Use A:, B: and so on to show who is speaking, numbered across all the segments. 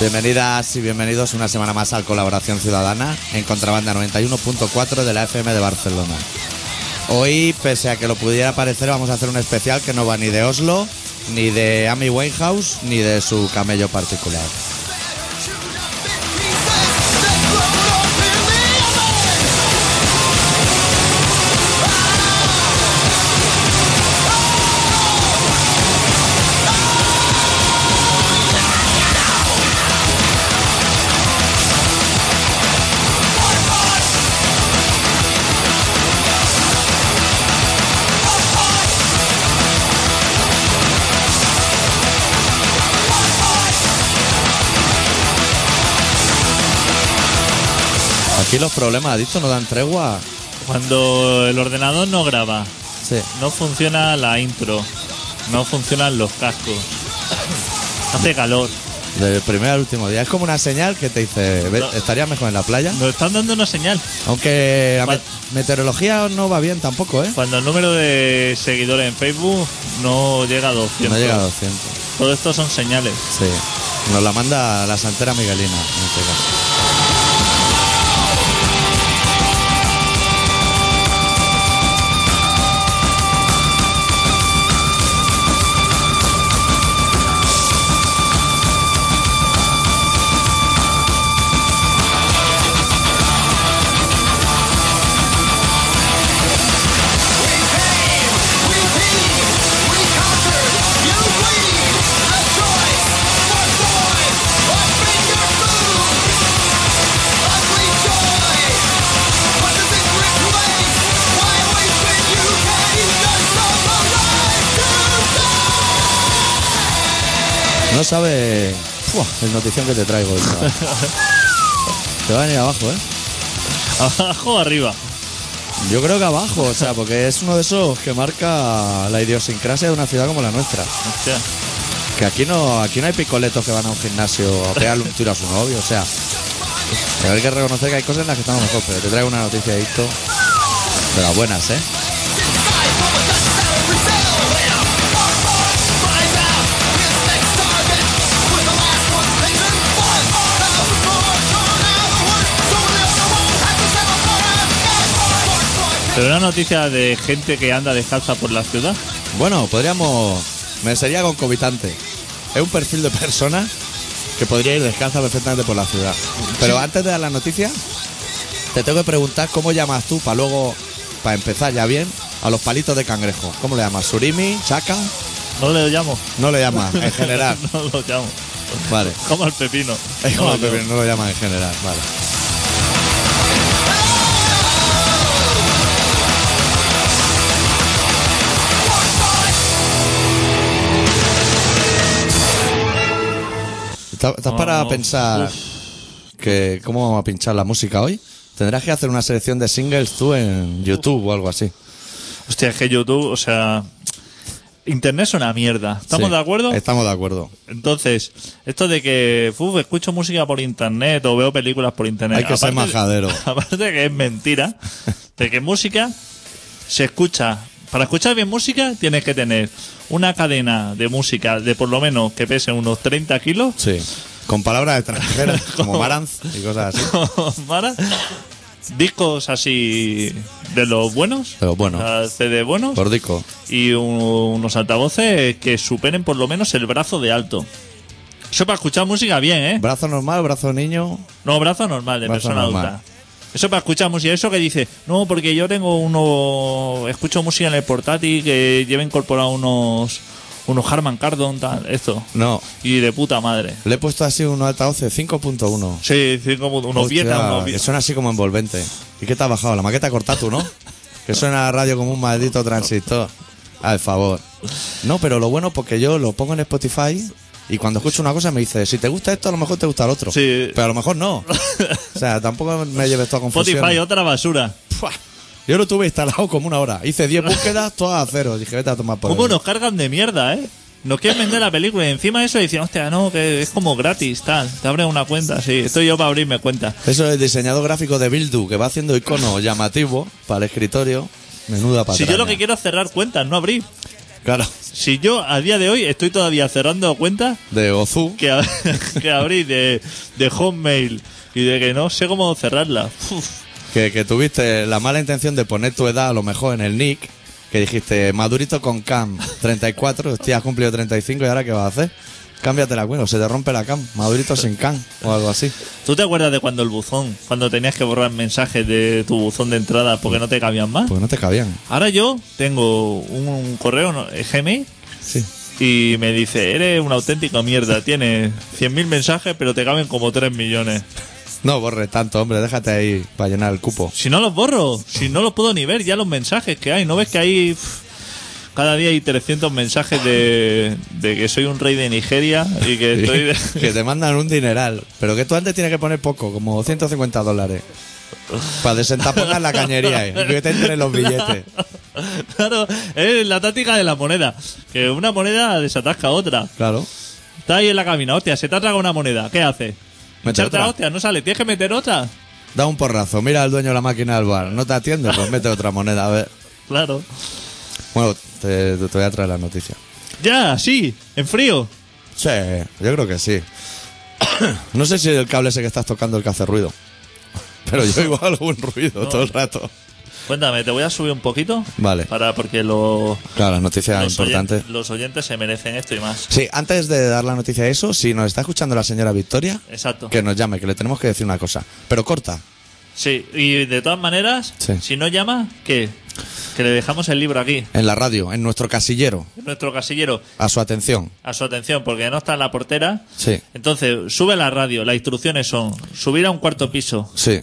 A: Bienvenidas y bienvenidos una semana más al Colaboración Ciudadana en Contrabanda 91.4 de la FM de Barcelona. Hoy, pese a que lo pudiera parecer, vamos a hacer un especial que no va ni de Oslo, ni de Amy Winehouse, ni de su camello particular. Aquí los problemas, ha dicho, no dan tregua.
B: Cuando el ordenador no graba,
A: Sí.
B: no funciona la intro, no funcionan los cascos, hace calor.
A: Del primer al último día. Es como una señal que te dice, "Ve,
B: No.
A: estarías mejor en la playa.
B: Nos están dando una señal.
A: Aunque la
B: Cual-
A: me- meteorología no va bien tampoco, ¿eh?
B: Cuando el número de seguidores en Facebook no llega a 200.
A: No llega a 200.
B: Todo esto son señales.
A: Sí. Nos la manda la santera Miguelina, en este caso. No sabe ¡Fua! el notición que te traigo. hoy, chaval. te va a venir abajo, ¿eh?
B: Abajo o arriba.
A: Yo creo que abajo, o sea, porque es uno de esos que marca la idiosincrasia de una ciudad como la nuestra.
B: Hostia.
A: Que aquí no, aquí no hay picoletos que van a un gimnasio a pegarle un tiro a su novio, o sea. pero hay que reconocer que hay cosas en las que estamos mejor, pero te traigo una noticia de esto. De las buenas, ¿eh?
B: Pero una noticia de gente que anda descalza por la ciudad.
A: Bueno, podríamos. Me sería concomitante. Es un perfil de persona que podría ir descalza perfectamente por la ciudad. Pero antes de dar la noticia, te tengo que preguntar cómo llamas tú para luego, para empezar ya bien, a los palitos de cangrejo. ¿Cómo le llamas? ¿Surimi? ¿Chaca?
B: No le llamo.
A: No le llamas, en general.
B: no lo llamo.
A: Vale.
B: Como al pepino.
A: Es Ah. como
B: No
A: el
B: lo
A: pepino, no lo llaman en general, vale. ¿Estás estás
B: No,
A: para
B: no.
A: pensar que cómo vamos a pinchar la música hoy? Tendrás que hacer una selección de singles tú en YouTube o algo así.
B: Hostia, es que YouTube, o sea. Internet es una mierda. ¿Estamos
A: Sí,
B: de acuerdo?
A: Estamos de acuerdo.
B: Entonces, esto de que uf, escucho música por internet o veo películas por internet.
A: Hay que ser majadero.
B: Aparte de que es mentira, de que música se escucha. Para escuchar bien música tienes que tener una cadena de música de por lo menos que pese unos 30 kilos.
A: Sí. Con palabras extranjeras, como Maranz y cosas así.
B: Mara. Discos así de los buenos.
A: De los buenos.
B: o sea, CD buenos.
A: Gordico.
B: y un- unos altavoces que superen por lo menos el brazo de alto. Eso para escuchar música bien, ¿eh?
A: Brazo normal, brazo niño.
B: No, brazo normal, de
A: Brazo
B: persona
A: normal.
B: adulta. Eso para escuchar música. Eso que dice, no, porque yo tengo uno. Escucho música en el portátil que lleva incorporado unos. Unos Harman Kardon, tal, esto.
A: No,
B: Y de puta madre.
A: Le he puesto así un altavoces 5.1.
B: Sí, sí, como unos
A: Hostia,
B: Vietnam, unos
A: Que
B: Vietnam.
A: suena así como envolvente. ¿Y qué te ha bajado? La maqueta cortatu, ¿no? que suena la radio como un maldito transistor. Al favor. No, pero lo bueno porque yo lo pongo en Spotify y cuando escucho una cosa me dice, si te gusta esto, a lo mejor te gusta el otro.
B: Sí.
A: Pero a lo mejor no. O sea, tampoco me lleves toda confusión.
B: Spotify, otra basura.
A: Yo lo tuve instalado como una hora. Hice 10 búsquedas, todas a cero. Dije, vete a tomar por
B: ¿Cómo
A: el-
B: nos cargan de mierda, eh? Nos quieren vender la película y encima de eso dicen, hostia, no, que es como gratis, tal. Te abren una cuenta, sí. Estoy yo para abrirme cuenta.
A: Eso es el diseñador gráfico de Bildu, que va haciendo icono llamativo para el escritorio. Menuda patraña.
B: Si yo lo que quiero es cerrar cuentas, no abrir.
A: Claro.
B: Si yo a día de hoy estoy todavía cerrando cuentas
A: De Ozu.
B: que, ab- que abrí de, de Hotmail y de que no sé cómo cerrarla. Uf,
A: Que, que tuviste la mala intención de poner tu edad a lo mejor en el nick, que dijiste madurito con cam 34, hostia, has este cumplido 35 y ahora qué vas a hacer? Cámbiate la cuenta, o se te rompe la cam, madurito sin cam o algo así.
B: ¿Tú te acuerdas de cuando el buzón, cuando tenías que borrar mensajes de tu buzón de entrada porque no te cabían más?
A: Porque no te cabían.
B: Ahora yo tengo un, correo ¿no? eh, Gmail
A: Sí.
B: y me dice, eres una auténtica mierda, tienes 100.000 mensajes pero te caben como 3 millones.
A: No borres tanto, hombre, déjate ahí para llenar el cupo.
B: Si no los borro, si no los puedo ni ver ya los mensajes que hay, ¿no ves que hay... pf, cada día hay 300 mensajes de, de que soy un rey de Nigeria y que estoy... de-
A: que te mandan un dineral, pero que tú antes tienes que poner poco, como 150 dólares. Para desentaponar la cañería eh, y que te entren los billetes.
B: Claro, es la táctica de la moneda. Que una moneda desatasca a otra.
A: Claro.
B: Está ahí en la cabina, hostia, se te atraga una moneda. ¿Qué haces?
A: Mete
B: Echarte
A: otra.
B: la hostia, no sale, tienes que meter otra.
A: Da un porrazo, mira al dueño de la máquina del bar, no te atiende, pues mete otra moneda, a ver.
B: Claro.
A: Bueno, te, te voy a traer la noticia.
B: Ya, sí, en frío.
A: Sí, yo creo que sí. No sé si el cable ese que estás tocando el que hace ruido. Pero yo oigo algún ruido todo el rato.
B: Cuéntame, te voy a subir un poquito.
A: Vale.
B: Para porque los,
A: Claro, las noticias
B: los,
A: importantes.
B: oyen- los oyentes se merecen esto y más.
A: Sí, antes de dar la noticia a eso, si nos está escuchando la señora Victoria,
B: Exacto.
A: que nos llame, que le tenemos que decir una cosa. Pero corta.
B: Sí, y de todas maneras,
A: Sí.
B: si no llama, ¿qué? Que le dejamos el libro aquí,
A: En la radio, en nuestro casillero,
B: en nuestro casillero,
A: a su atención.
B: a su atención, porque no está en la portera.
A: Sí,
B: Entonces, sube la radio, las instrucciones son subir a un cuarto piso,
A: sí,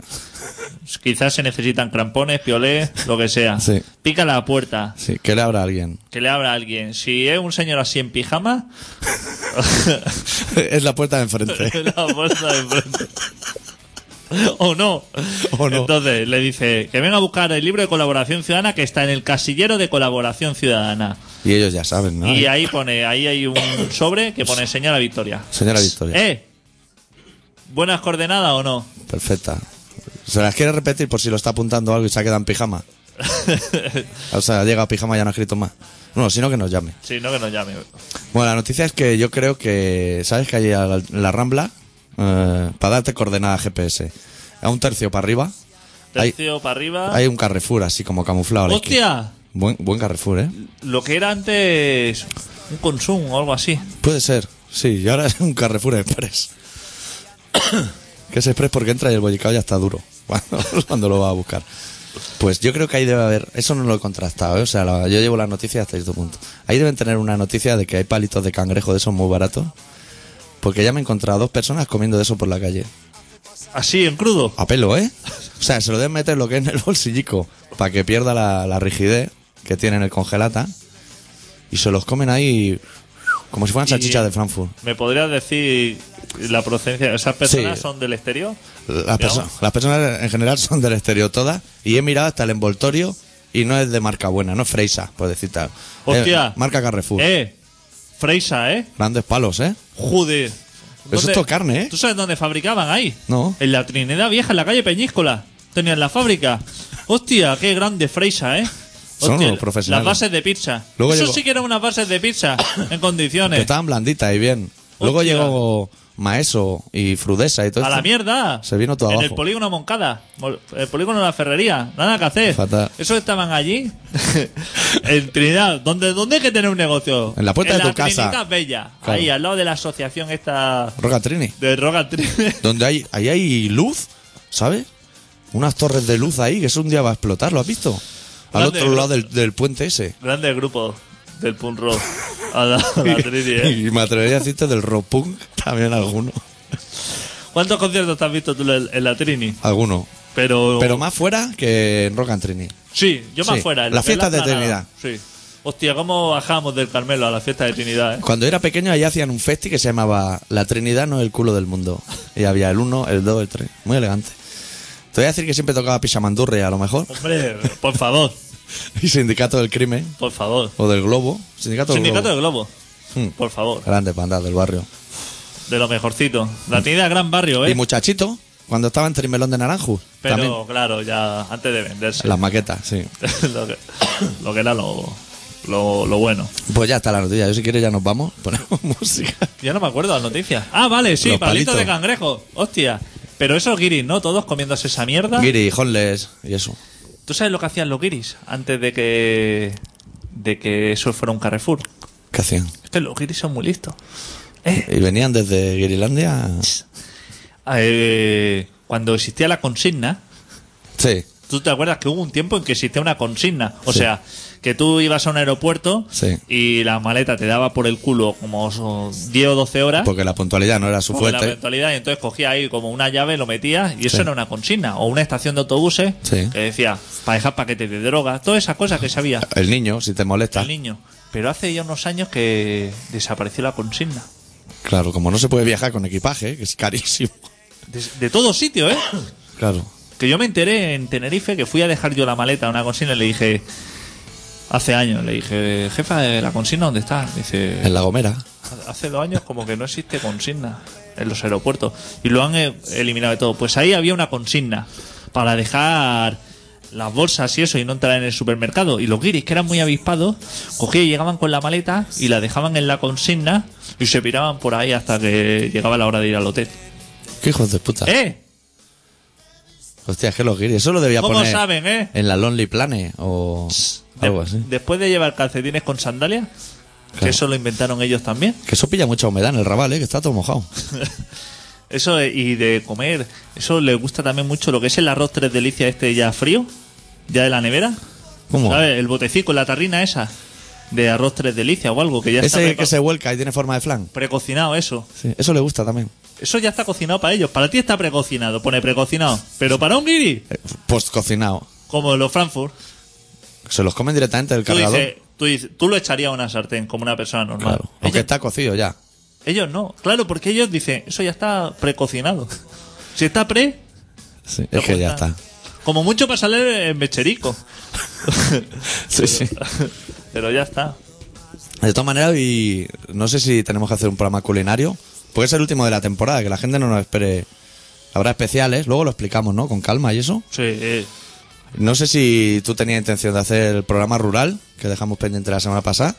B: quizás se necesitan crampones, piolés, lo que sea.
A: Sí.
B: Pica la puerta,
A: sí, que le abra a alguien.
B: que le abra alguien. Si es un señor así en pijama,
A: es la puerta de enfrente.
B: la puerta de enfrente. O no.
A: O no.
B: Entonces le dice que venga a buscar el libro de colaboración ciudadana que está en el casillero de colaboración ciudadana.
A: Y ellos ya saben, ¿no?
B: Y ahí pone, ahí hay un sobre que pone señora Victoria.
A: Señora Victoria.
B: ¿Eh? ¿Buenas coordenadas o no?
A: Perfecta. ¿Se las quiere repetir por si lo está apuntando algo y se ha quedado en pijama? o sea, llega a pijama y ya no ha escrito más. No, sino que nos llame.
B: Si no, que nos llame.
A: Bueno, la noticia es que yo creo que... ¿Sabes que hay al- en la Rambla? Eh, para darte coordenadas GPS. A un tercio para arriba hay,
B: Tercio para arriba.
A: hay un Carrefour así como camuflado. a la izquierda.
B: Ah. ¡Hostia!
A: Buen, buen Carrefour, ¿eh?
B: Lo que era antes un consumo o algo así.
A: Puede ser, sí. Y ahora es un Carrefour Express. que es Express porque entra y el bollicao ya está duro cuando, cuando lo va a buscar. Pues yo creo que ahí debe haber, eso no lo he contrastado, ¿eh? o sea, la- yo llevo las noticias hasta cierto punto. Ahí deben tener una noticia de que hay palitos de cangrejo de esos muy baratos, porque ya me he encontrado a dos personas comiendo de eso por la calle.
B: Así, en crudo.
A: A pelo, ¿eh? O sea, se lo deben meter lo que es en el bolsillico para que pierda la, la rigidez que tiene en el congelata y se los comen ahí como si fueran
B: Y-
A: salchichas de Frankfurt.
B: ¿Me podrías decir la procedencia? ¿Esas personas
A: Sí.
B: son del exterior?
A: Las, perso-
B: Digamos.
A: las personas en general son del exterior todas y he mirado hasta el envoltorio y no es de marca buena, no es Freisa, por decir tal.
B: Hostia.
A: Eh, marca Carrefour.
B: Eh, Freisa, ¿eh?
A: Grandes palos, ¿eh?
B: Jude.
A: Pero eso es todo carne, ¿eh?
B: ¿Tú sabes dónde fabricaban ahí?
A: No.
B: En la Trinidad Vieja, en la calle Peñíscola. Tenían la fábrica. Hostia, qué grande Freisa, ¿eh?
A: Son
B: Hostia,
A: unos profesionales.
B: Las bases de pizza.
A: Luego
B: Eso
A: llegó-
B: sí que eran unas bases de pizza en
A: Que
B: condiciones.
A: estaban blanditas y bien. Luego
B: Eh. Hostia.
A: llegó Maeso y Frudesa y todo
B: A la
A: esto.
B: mierda.
A: Se vino todo
B: En
A: abajo.
B: el polígono Moncada. Mol- El polígono de la Ferrería. Nada que hacer.
A: Fatal.
B: Eso estaban allí. en Trinidad. ¿Dónde, ¿Dónde hay que tener un negocio?
A: En la puerta de tu casa.
B: Trinidad Bella.
A: Claro.
B: Ahí, al lado de la asociación esta
A: Roca Trini.
B: de Roga Trinidad.
A: Donde hay, ahí hay luz, ¿sabes? Unas torres de luz ahí que eso un día va a explotar, ¿lo has visto? Al
B: Grande,
A: otro lado del, del puente ese.
B: Grande grupo del punk rock. A la, a la Trini, ¿eh?
A: Y me atrevería a decirte del rock punk también alguno.
B: ¿Cuántos conciertos te has visto tú en, en la Trini?
A: Alguno.
B: Pero,
A: Pero más fuera que en Rock and Trini.
B: sí, yo más
A: sí,
B: fuera. en
A: las
B: lo que es
A: fiestas de
B: Planada. Sí. Hostia, ¿cómo bajamos del Carmelo a la fiesta de Trinidad? eh?
A: Cuando era pequeño allá hacían un festi que se llamaba La Trinidad no es el culo del mundo. Y había el 1, el 2, el 3. Muy elegante. Te voy a decir que siempre tocaba Pisamandurre a lo mejor.
B: Hombre, por favor,
A: Y Sindicato del Crimen.
B: por favor.
A: O del Globo. Sindicato del
B: Sindicato
A: Globo.
B: del Globo.
A: Hmm.
B: Por favor,
A: Grandes bandas del barrio.
B: de lo mejorcito. La Trinidad gran barrio,
A: Hmm. Y
B: ¿eh?
A: Muchachito, cuando estaba en Trimelón de Naranjo.
B: Pero
A: También.
B: claro, ya antes de venderse.
A: Las maquetas, sí.
B: lo, que, lo que era lo, lo, lo bueno.
A: Pues ya está la noticia. Yo si quieres ya nos vamos. Ponemos música.
B: Ya no me acuerdo las noticias. Ah, vale, sí,
A: Los palitos.
B: palitos de cangrejo. Hostia. Pero eso guiris, ¿no? Todos comiéndose esa mierda.
A: Giri, Honles y eso.
B: ¿Tú sabes lo que hacían los guiris antes de que de que eso fuera un Carrefour?
A: ¿Qué hacían?
B: Es que los guiris son muy listos. Eh,
A: Y venían desde Girilandia.
B: eh, cuando existía la consigna,
A: Sí,
B: ¿tú te acuerdas que hubo un tiempo en que existía una consigna? O sea, que tú ibas a un aeropuerto
A: Sí.
B: y la maleta te daba por el culo como so- 10 o 12 horas.
A: porque la puntualidad no era su
B: Como en ¿Ah? la
A: fuerte.
B: eventualidad, y entonces cogía ahí como una llave, lo metías, y eso
A: Sí.
B: era una consigna. O una estación de autobuses
A: Sí. Ah,
B: que decía, para dejar paquetes de droga, todas esas cosas que sabía
A: El niño, si te molesta.
B: el niño. Pero hace ya unos años que desapareció la consigna.
A: Claro, como no se puede viajar con equipaje, que es carísimo.
B: De, de todo sitio, ¿eh?
A: Claro.
B: Que yo me enteré en Tenerife que fui a dejar yo la maleta a una consigna y le dije, hace años, le dije, jefa, eh, ¿la consigna dónde está? Dice,
A: En La Gomera.
B: Hace dos años como que no existe consigna en los aeropuertos y lo han eh, eliminado de todo. Pues ahí había una consigna para dejar las bolsas y eso y no entrar en el supermercado. Y los guiris, que eran muy avispados, cogían y llegaban con la maleta y la dejaban en la consigna y se piraban por ahí hasta que llegaba la hora de ir al hotel.
A: Qué hijos de puta.
B: ¡Eh!
A: Hostia, es que los guiris. Eso lo debía
B: ¿Cómo
A: poner
B: saben, eh?
A: en la Lonely Planet o
B: De-
A: algo así.
B: Después de llevar calcetines con sandalias, que
A: Claro.
B: eso lo inventaron ellos también.
A: Que eso pilla mucha humedad en el rabal, ¿eh? que está todo mojado.
B: Eso eh, y de comer, eso les gusta también mucho lo que es el arroz tres delicias este ya frío, ya de la nevera.
A: ¿Cómo?
B: ¿Sabes? El botecico, la tarrina esa de arroz tres delicias o algo que ya está
A: Ese
B: preco-
A: que se vuelca y tiene forma de flan.
B: precocinado eso.
A: Sí, eso le gusta también.
B: Eso ya está cocinado para ellos. Para ti está precocinado, pone precocinado, pero para un guiri
A: Eh, Post cocinado.
B: como los Frankfurt,
A: Se los comen directamente del
B: tú
A: cargador.
B: dices, tú dices- tú lo echarías a una sartén como una persona normal.
A: Claro. O que
B: Ellos,
A: está cocido ya.
B: ellos no, claro, porque ellos dicen, eso ya está precocinado. Si está pre,
A: Sí, es que ya está.
B: Como mucho para salir en mecherico.
A: Sí, sí.
B: Pero ya está.
A: De todas maneras, y no sé si tenemos que hacer un programa culinario, porque es el último de la temporada, que la gente no nos espere. Habrá especiales, luego lo explicamos, ¿no? Con calma y eso.
B: Sí, eh,
A: No sé si tú tenías intención de hacer el programa rural, que dejamos pendiente la semana pasada,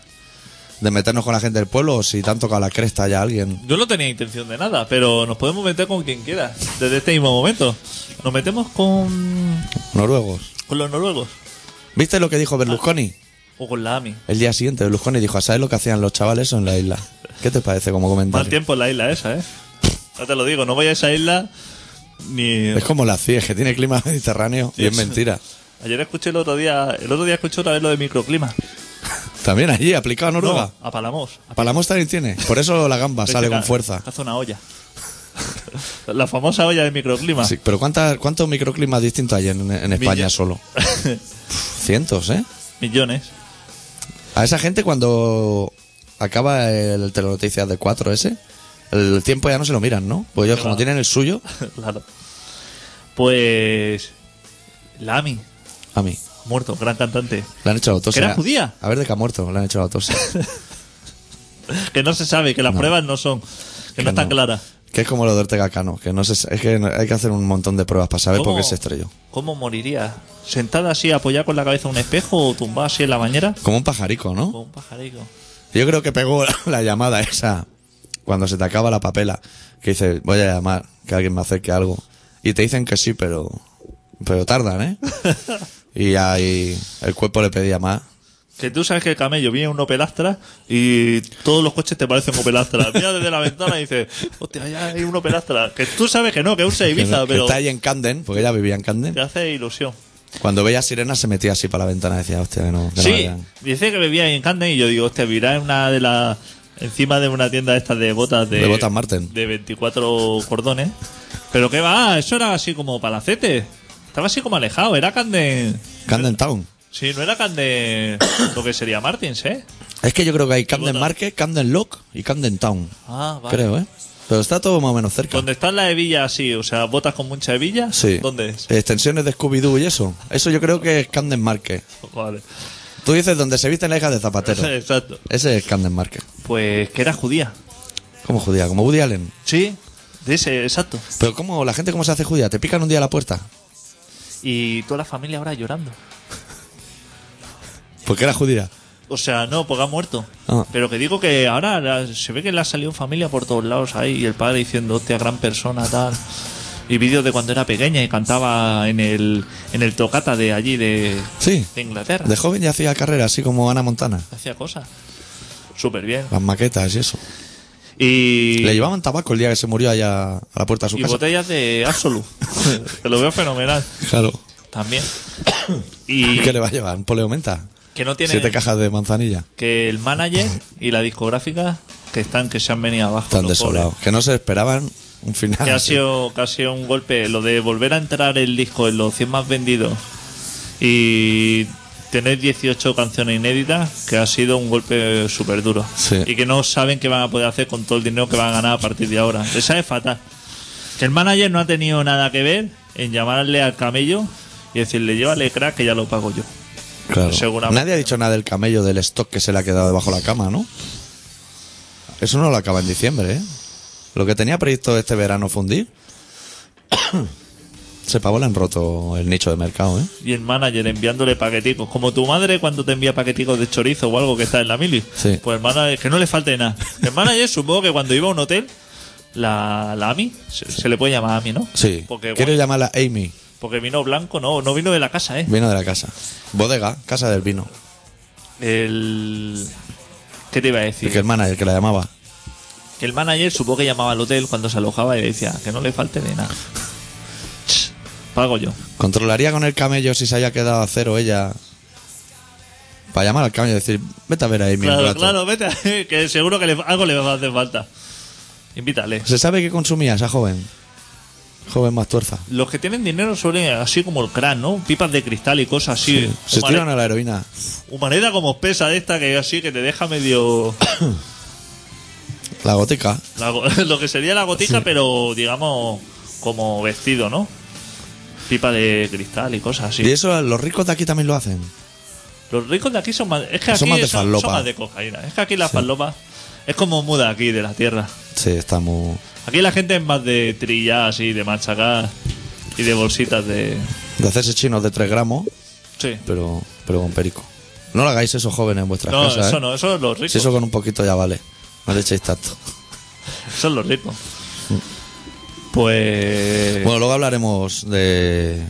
A: de meternos con la gente del pueblo, o si te han tocado la cresta ya alguien.
B: yo no tenía intención de nada, pero nos podemos meter con quien quiera. Desde este mismo momento. Nos metemos con,
A: Noruegos.
B: con los noruegos.
A: ¿Viste lo que dijo Berlusconi?
B: O con la AMI.
A: El día siguiente, Berlusconi dijo, ¿sabes lo que hacían los chavales eso en la isla? ¿Qué te parece como
B: Mal
A: comentario?
B: tiempo en la isla esa, ¿eh? Ya te lo digo, no vayas a esa isla ni...
A: Es como la CIE, que tiene clima mediterráneo, y es
B: Sí.
A: mentira.
B: Ayer escuché el otro día... El otro día escuché otra vez lo de microclima.
A: También allí, aplicado a Noruega.
B: No, a Palamos.
A: Palamos también tiene. Por eso la gamba Ah, sale con fuerza.
B: Hace una olla. la famosa olla de microclima.
A: Sí, pero ¿cuántas, ¿cuántos microclimas distintos hay en, en España
B: Ah. Milla-
A: solo? Cientos, ¿eh?
B: Millones.
A: A esa gente cuando acaba el Telenoticias de 4 ese, el tiempo ya no se lo miran, ¿no? Pues ellos como
B: Claro.
A: tienen el suyo,
B: Claro. Pues. Lami,
A: a mí.
B: muerto, gran cantante.
A: Le han hecho la autopsia.
B: ¿Que era judía?
A: A ver de qué ha muerto, le han hecho la autopsia.
B: Que no se sabe, que las pruebas no son. Que, no
A: Que
B: están
A: no.
B: claras.
A: que es como lo de Ortega Cano, que no sé, es que no- hay que hacer un montón de pruebas para saber por qué se estrelló.
B: ¿Cómo moriría? ¿Sentada así, apoyada con la cabeza en un espejo o tumbada así en la bañera?
A: Como un pajarico, ¿no?
B: Con un pajarico.
A: Yo creo que pegó la llamada esa cuando se te acaba la papela, que dices, voy a llamar, que alguien me acerque algo. Y te dicen que sí, pero pero tardan, ¿eh? Y ahí el cuerpo le pedía más.
B: Que tú sabes que el camello viene un Opelastra y todos los coches te parecen Opelastra. Mira desde la ventana y dices, hostia, allá hay un Opelastra. Que tú sabes que no, que es un
A: Que,
B: Seibiza,
A: no- que
B: pero
A: está ahí en Camden, porque ella vivía en Camden.
B: te hace ilusión.
A: Cuando veía sirena se metía así para la ventana y decía, hostia, que no, que no la
B: Sí,
A: vean".
B: dice que bebía en Camden y yo digo, hostia, vivirá en una de las. encima de una tienda esta de botas de.
A: De botas Marten.
B: De 24 cordones. Pero que va, eso era así como palacete. Estaba así como alejado, era Camden.
A: Camden Town.
B: Sí, no era Camden lo que sería Martins, ¿eh?
A: Es que yo creo que hay Camden
B: botas?
A: Market, Camden Lock y Camden Town.
B: Ah, vale.
A: Creo, ¿eh? Pero está todo más o menos cerca.
B: Donde están las hebillas así, o sea, botas con mucha hebilla.
A: Sí.
B: ¿Dónde es?
A: Extensiones de Scooby-Doo y eso. Eso yo creo que es Camden Market.
B: Vale.
A: Tú dices donde se visten la hija de Zapatero.
B: Exacto.
A: Ese es Camden Market.
B: Pues que era judía.
A: Como judía, como Woody Allen.
B: Sí, de ese, exacto.
A: Pero como la gente cómo se hace judía, te pican un día a la puerta.
B: Y toda la familia ahora llorando.
A: Porque era judía.
B: O sea, no, porque ha muerto.
A: Ah.
B: Pero que digo que ahora la- se ve que le ha salido en familia por todos lados ahí. Y el padre diciendo, hostia, gran persona, tal. Y vídeos de cuando era pequeña y cantaba en el, en el tocata de allí, de,
A: Sí.
B: de Inglaterra.
A: De joven ya hacía carrera, así como Ana Montana.
B: Hacía cosas. Súper bien.
A: Las maquetas y eso.
B: Y,
A: Ah. Le llevaban tabaco el día que se murió allá a la puerta de su
B: y
A: casa.
B: botellas de Absolu. que lo veo fenomenal.
A: Claro.
B: También. Y
A: ¿Qué le va a llevar? ¿Un poleo-menta?
B: que no tiene...
A: Siete cajas de manzanilla.
B: que el manager y la discográfica que están que se han venido abajo
A: Tan
B: los pobres.
A: desolados. Que no se esperaban un final.
B: que ha
A: así.
B: sido que ha sido un golpe lo de volver a entrar el disco en los 100 más vendidos y tener 18 canciones inéditas que ha sido un golpe súper duro
A: Sí.
B: y que no saben qué van a poder hacer con todo el dinero que van a ganar a partir de ahora esa es fatal que el manager no ha tenido nada que ver en llamarle al camello y decirle llévale crack que ya lo pago yo
A: Claro.
B: seguramente.
A: Nadie ha dicho nada del camello del stock que se le ha quedado debajo de la cama, ¿no? Eso no lo acaba en diciembre, ¿eh? Lo que tenía previsto este verano fundir. se pavo le han roto el nicho de mercado, ¿eh?
B: y el manager enviándole paqueticos. Como tu madre cuando te envía paqueticos de chorizo o algo que está en la mili.
A: Sí.
B: Pues el manager, que no le falte nada. El manager supongo que cuando iba a un hotel, la, la AMI, se, se le puede llamar AMI, ¿no?
A: Sí.
B: Porque,
A: Quiero
B: bueno,
A: llamarla Amy.
B: porque vino blanco, no, no vino de la casa, ¿eh?
A: Vino de la casa. Bodega, casa del vino.
B: El... ¿Qué te iba a decir?
A: El que el manager que la llamaba.
B: Que el manager supongo que llamaba al hotel cuando se alojaba y le decía, que no le falte de nada. Ch, Pago yo.
A: ¿Controlaría con el camello si se haya quedado a cero ella? Para llamar al camello y decir, vete a ver a Amy un
B: Claro,
A: rato".
B: claro, vete, a- que seguro que le- algo le va a hacer falta. Invítale.
A: ¿Se sabe qué consumía esa joven? Joven más tuerza.
B: Los que tienen dinero suelen, así como el crack, ¿no? Pipas de cristal y cosas así.
A: Se
B: Humane-
A: tiran a la heroína.
B: humaneda como espesa de esta que así que te deja medio...
A: La gótica.
B: la go- lo que sería la gotica, pero digamos como vestido, ¿no? Pipa de cristal y cosas
A: Y
B: así.
A: eso los ricos de aquí también lo hacen.
B: Los ricos de aquí son más... Es que aquí
A: Son más de falopa.
B: más de cocaína. Es que aquí la falopa es como muda aquí de la tierra.
A: Sí, estamos
B: Aquí la gente es más de trillas y de machacar y de bolsitas de...
A: de hacerse chinos de 3 gramos,
B: Sí.
A: pero, pero con perico. No lo hagáis eso jóvenes en vuestras
B: No,
A: casas.
B: eso
A: ¿eh?
B: no, eso es los ricos.
A: Si eso con un poquito ya vale. No le echéis tanto.
B: Son los ricos. Pues.
A: Bueno, luego hablaremos de.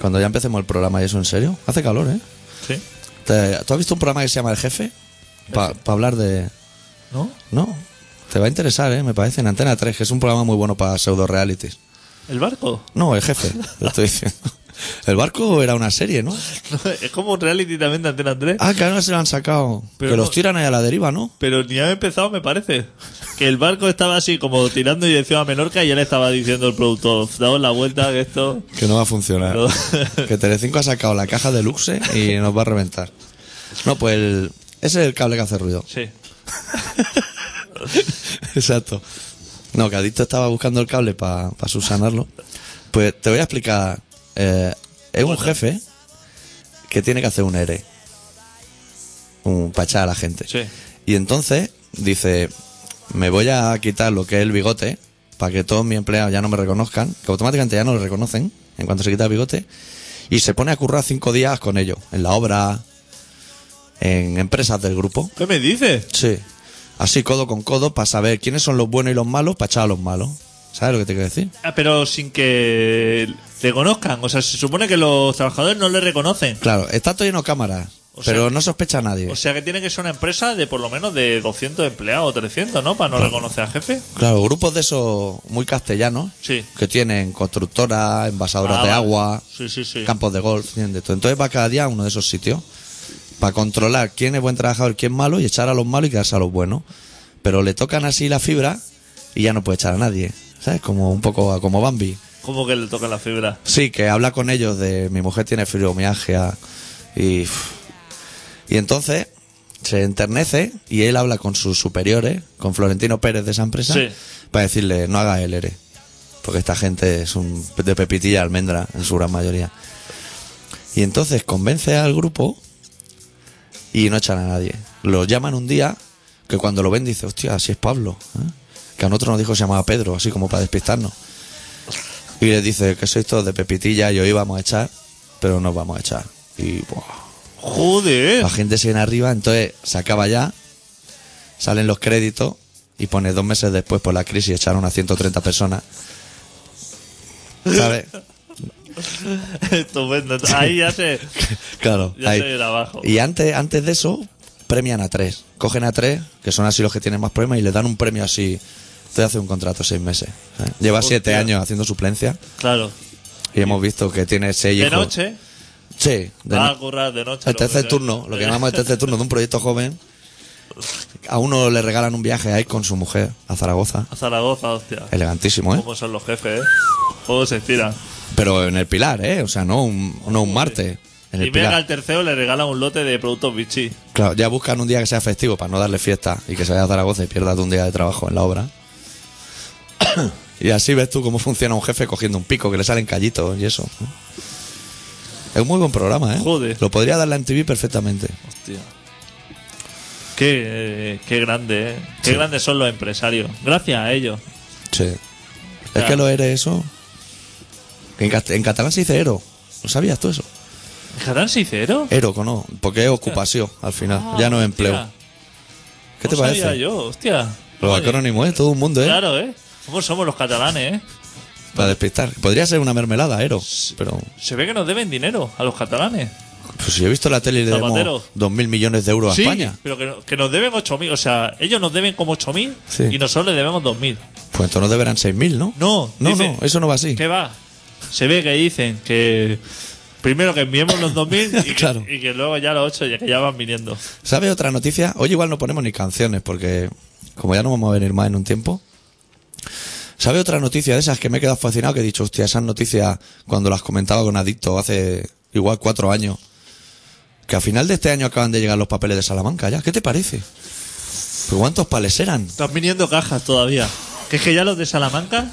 A: Cuando ya empecemos el programa y eso en serio. Hace calor, ¿eh?
B: ¿Sí?
A: Te- ¿Tú has visto un programa que se llama El Jefe? Para hablar de.
B: ¿No?
A: No. Te va a interesar, ¿eh? Me parece. En Antena 3, que es un programa muy bueno para pseudo realities.
B: ¿El barco?
A: No, el jefe, te estoy diciendo. El barco era una serie, ¿no?
B: es como un reality también de Antena 3.
A: Ah, que ahora se lo han sacado.
B: Pero
A: que
B: no-
A: los tiran ahí a la deriva, ¿no?
B: Pero ni ha empezado, me parece. Que el barco estaba así, como tirando dirección a Menorca, y ya le estaba diciendo el productor: daos la vuelta, que esto.
A: Que no va a funcionar.
B: No.
A: que Telecinco ha sacado la caja de luxe y nos va a reventar. No, pues el- ese es el cable que hace ruido.
B: Sí.
A: Exacto. No, que Adicto estaba buscando el cable para subsanarlo. Pues te voy a explicar. Eh, es un jefe que tiene que hacer un ERE. Un para echar a la gente.
B: Sí.
A: Y entonces dice, me voy a quitar lo que es el bigote para que todos mis empleados ya no me reconozcan, que automáticamente ya no lo reconocen en cuanto se quita el bigote, y se pone a currar cinco días con ello, en la obra, en empresas del grupo.
B: ¿Qué me dices?
A: Sí. Así codo con codo para saber quiénes son los buenos y los malos para echar a los malos. ¿Sabes lo que te quiero decir?
B: Ah, pero sin que te conozcan. O sea, se supone que los trabajadores no le reconocen.
A: Claro, está todo lleno de cámaras,
B: O sea-
A: pero no sospecha a nadie.
B: O sea, que tiene que ser una empresa de por lo menos de 200 empleados o 300, ¿no? Para no reconocer al jefe.
A: claro, grupos de esos muy castellanos
B: Sí.
A: que tienen constructoras, envasadoras
B: Ah,
A: de
B: vale.
A: agua.
B: Sí, sí, sí.
A: campos de golf, tienen de todo. Entonces va cada día a uno de esos sitios para controlar quién es buen trabajador, quién es malo y echar a los malos y quedarse a los buenos. Pero le tocan así la fibra y ya no puede echar a nadie, ¿sabes? Como un poco a- como Bambi.
B: ¿Cómo que le toca la fibra?
A: Sí, que habla con ellos de mi mujer tiene fibromialgia y uf. y entonces se enternece y él habla con sus superiores, con Florentino Pérez de esa empresa,
B: Sí.
A: para decirle no haga el ERE, porque esta gente es un de pepitilla de almendra en su gran mayoría. Y entonces convence al grupo y no echan a nadie. Lo llaman un día que cuando lo ven dice, hostia, así es Pablo. ¿eh? Que a nosotros nos dijo que se llamaba Pedro, así como para despistarnos. Y les dice que sois todos de pepitilla y hoy vamos a echar, pero no os vamos a echar. Y buah,
B: Joder.
A: La gente se viene arriba, entonces se acaba ya, salen los créditos y pone dos meses después por la crisis echaron a 130 personas. ¿Sabes?
B: Estupendo. Ahí ya se.
A: Claro.
B: Ya se viene abajo.
A: Y antes, antes de eso, premian a tres. Cogen a tres, que son así los que tienen más problemas, y les dan un premio así. Te hace un contrato seis meses. ¿sabes? Lleva siete
B: Hostia.
A: años haciendo suplencia
B: Claro.
A: y hemos visto que tiene seis
B: De
A: hijos.
B: noche. Ah,
A: Sí, de
B: va
A: no-
B: a currar de noche.
A: El
B: lo
A: tercer
B: que sea.
A: turno,
B: eh,
A: lo que llamamos el tercer turno de un proyecto joven. A uno le regalan un viaje ahí con su mujer a Zaragoza.
B: A Zaragoza, hostia.
A: Elegantísimo, ¿eh?
B: ¿Cómo son los jefes, eh? ¿Cómo se estiran?
A: Pero en el Pilar, ¿eh? O sea, no un, no un martes. En
B: Y
A: el
B: Mega al
A: Pilar.
B: tercero le regala un lote de productos bichí.
A: Claro, ya buscan un día que sea festivo para no darle fiesta y que se vaya a Zaragoza y pierdas un día de trabajo en la obra. y así ves tú cómo funciona un jefe cogiendo un pico, que le salen callitos y eso. Es un muy buen programa, ¿eh?
B: Joder.
A: Lo podría dar la MTV perfectamente.
B: Hostia. Qué, eh, qué grande, ¿eh? Qué
A: Sí.
B: grandes son los empresarios. Gracias a ellos.
A: Sí. Es
B: Claro.
A: que lo eres eso. Que en, cast- en catalán se dice ero. ¿No sabías tú eso?
B: ¿Dejarán sincero?
A: Ero, no. Porque es ocupación al final. ya no es empleo. ¿Qué te
B: Ah, Sabía
A: parece?
B: yo, hostia.
A: Los
B: Joder.
A: acrónimos, ¿eh? Todo el mundo, ¿eh?
B: Claro, ¿eh? ¿Cómo somos los catalanes, eh?
A: Para despistar. Podría ser una mermelada, ero. Pero.
B: Se ve que nos deben dinero a los catalanes.
A: Pues si he visto la tele y le
B: Zapatero.
A: damos dos mil millones de euros
B: sí,
A: Pues a España.
B: pero que, no- que nos deben 8.000. O sea, ellos nos deben como 8.000
A: Sí.
B: y nosotros les debemos 2.000.
A: Pues entonces deberán seis mil, ¿no?
B: No,
A: No,
B: dice-
A: no, eso no va así.
B: ¿Qué va? Se ve que dicen que primero que enviemos los 2000 y, que-
A: Claro.
B: y que luego ya los 8 ya que ya van viniendo.
A: ¿Sabe otra noticia? Hoy igual no ponemos ni canciones porque como ya no vamos a venir más en un tiempo. ¿Sabe otra noticia de esas que me he quedado fascinado? Que he dicho, hostia, esas noticias cuando las comentaba con Adicto hace igual cuatro años. Que a final de este año acaban de llegar los papeles de Salamanca ya. ¿Qué te parece? ¿Pero ¿Cuántos pales eran?
B: Están viniendo cajas todavía. Que es que ya los de Salamanca.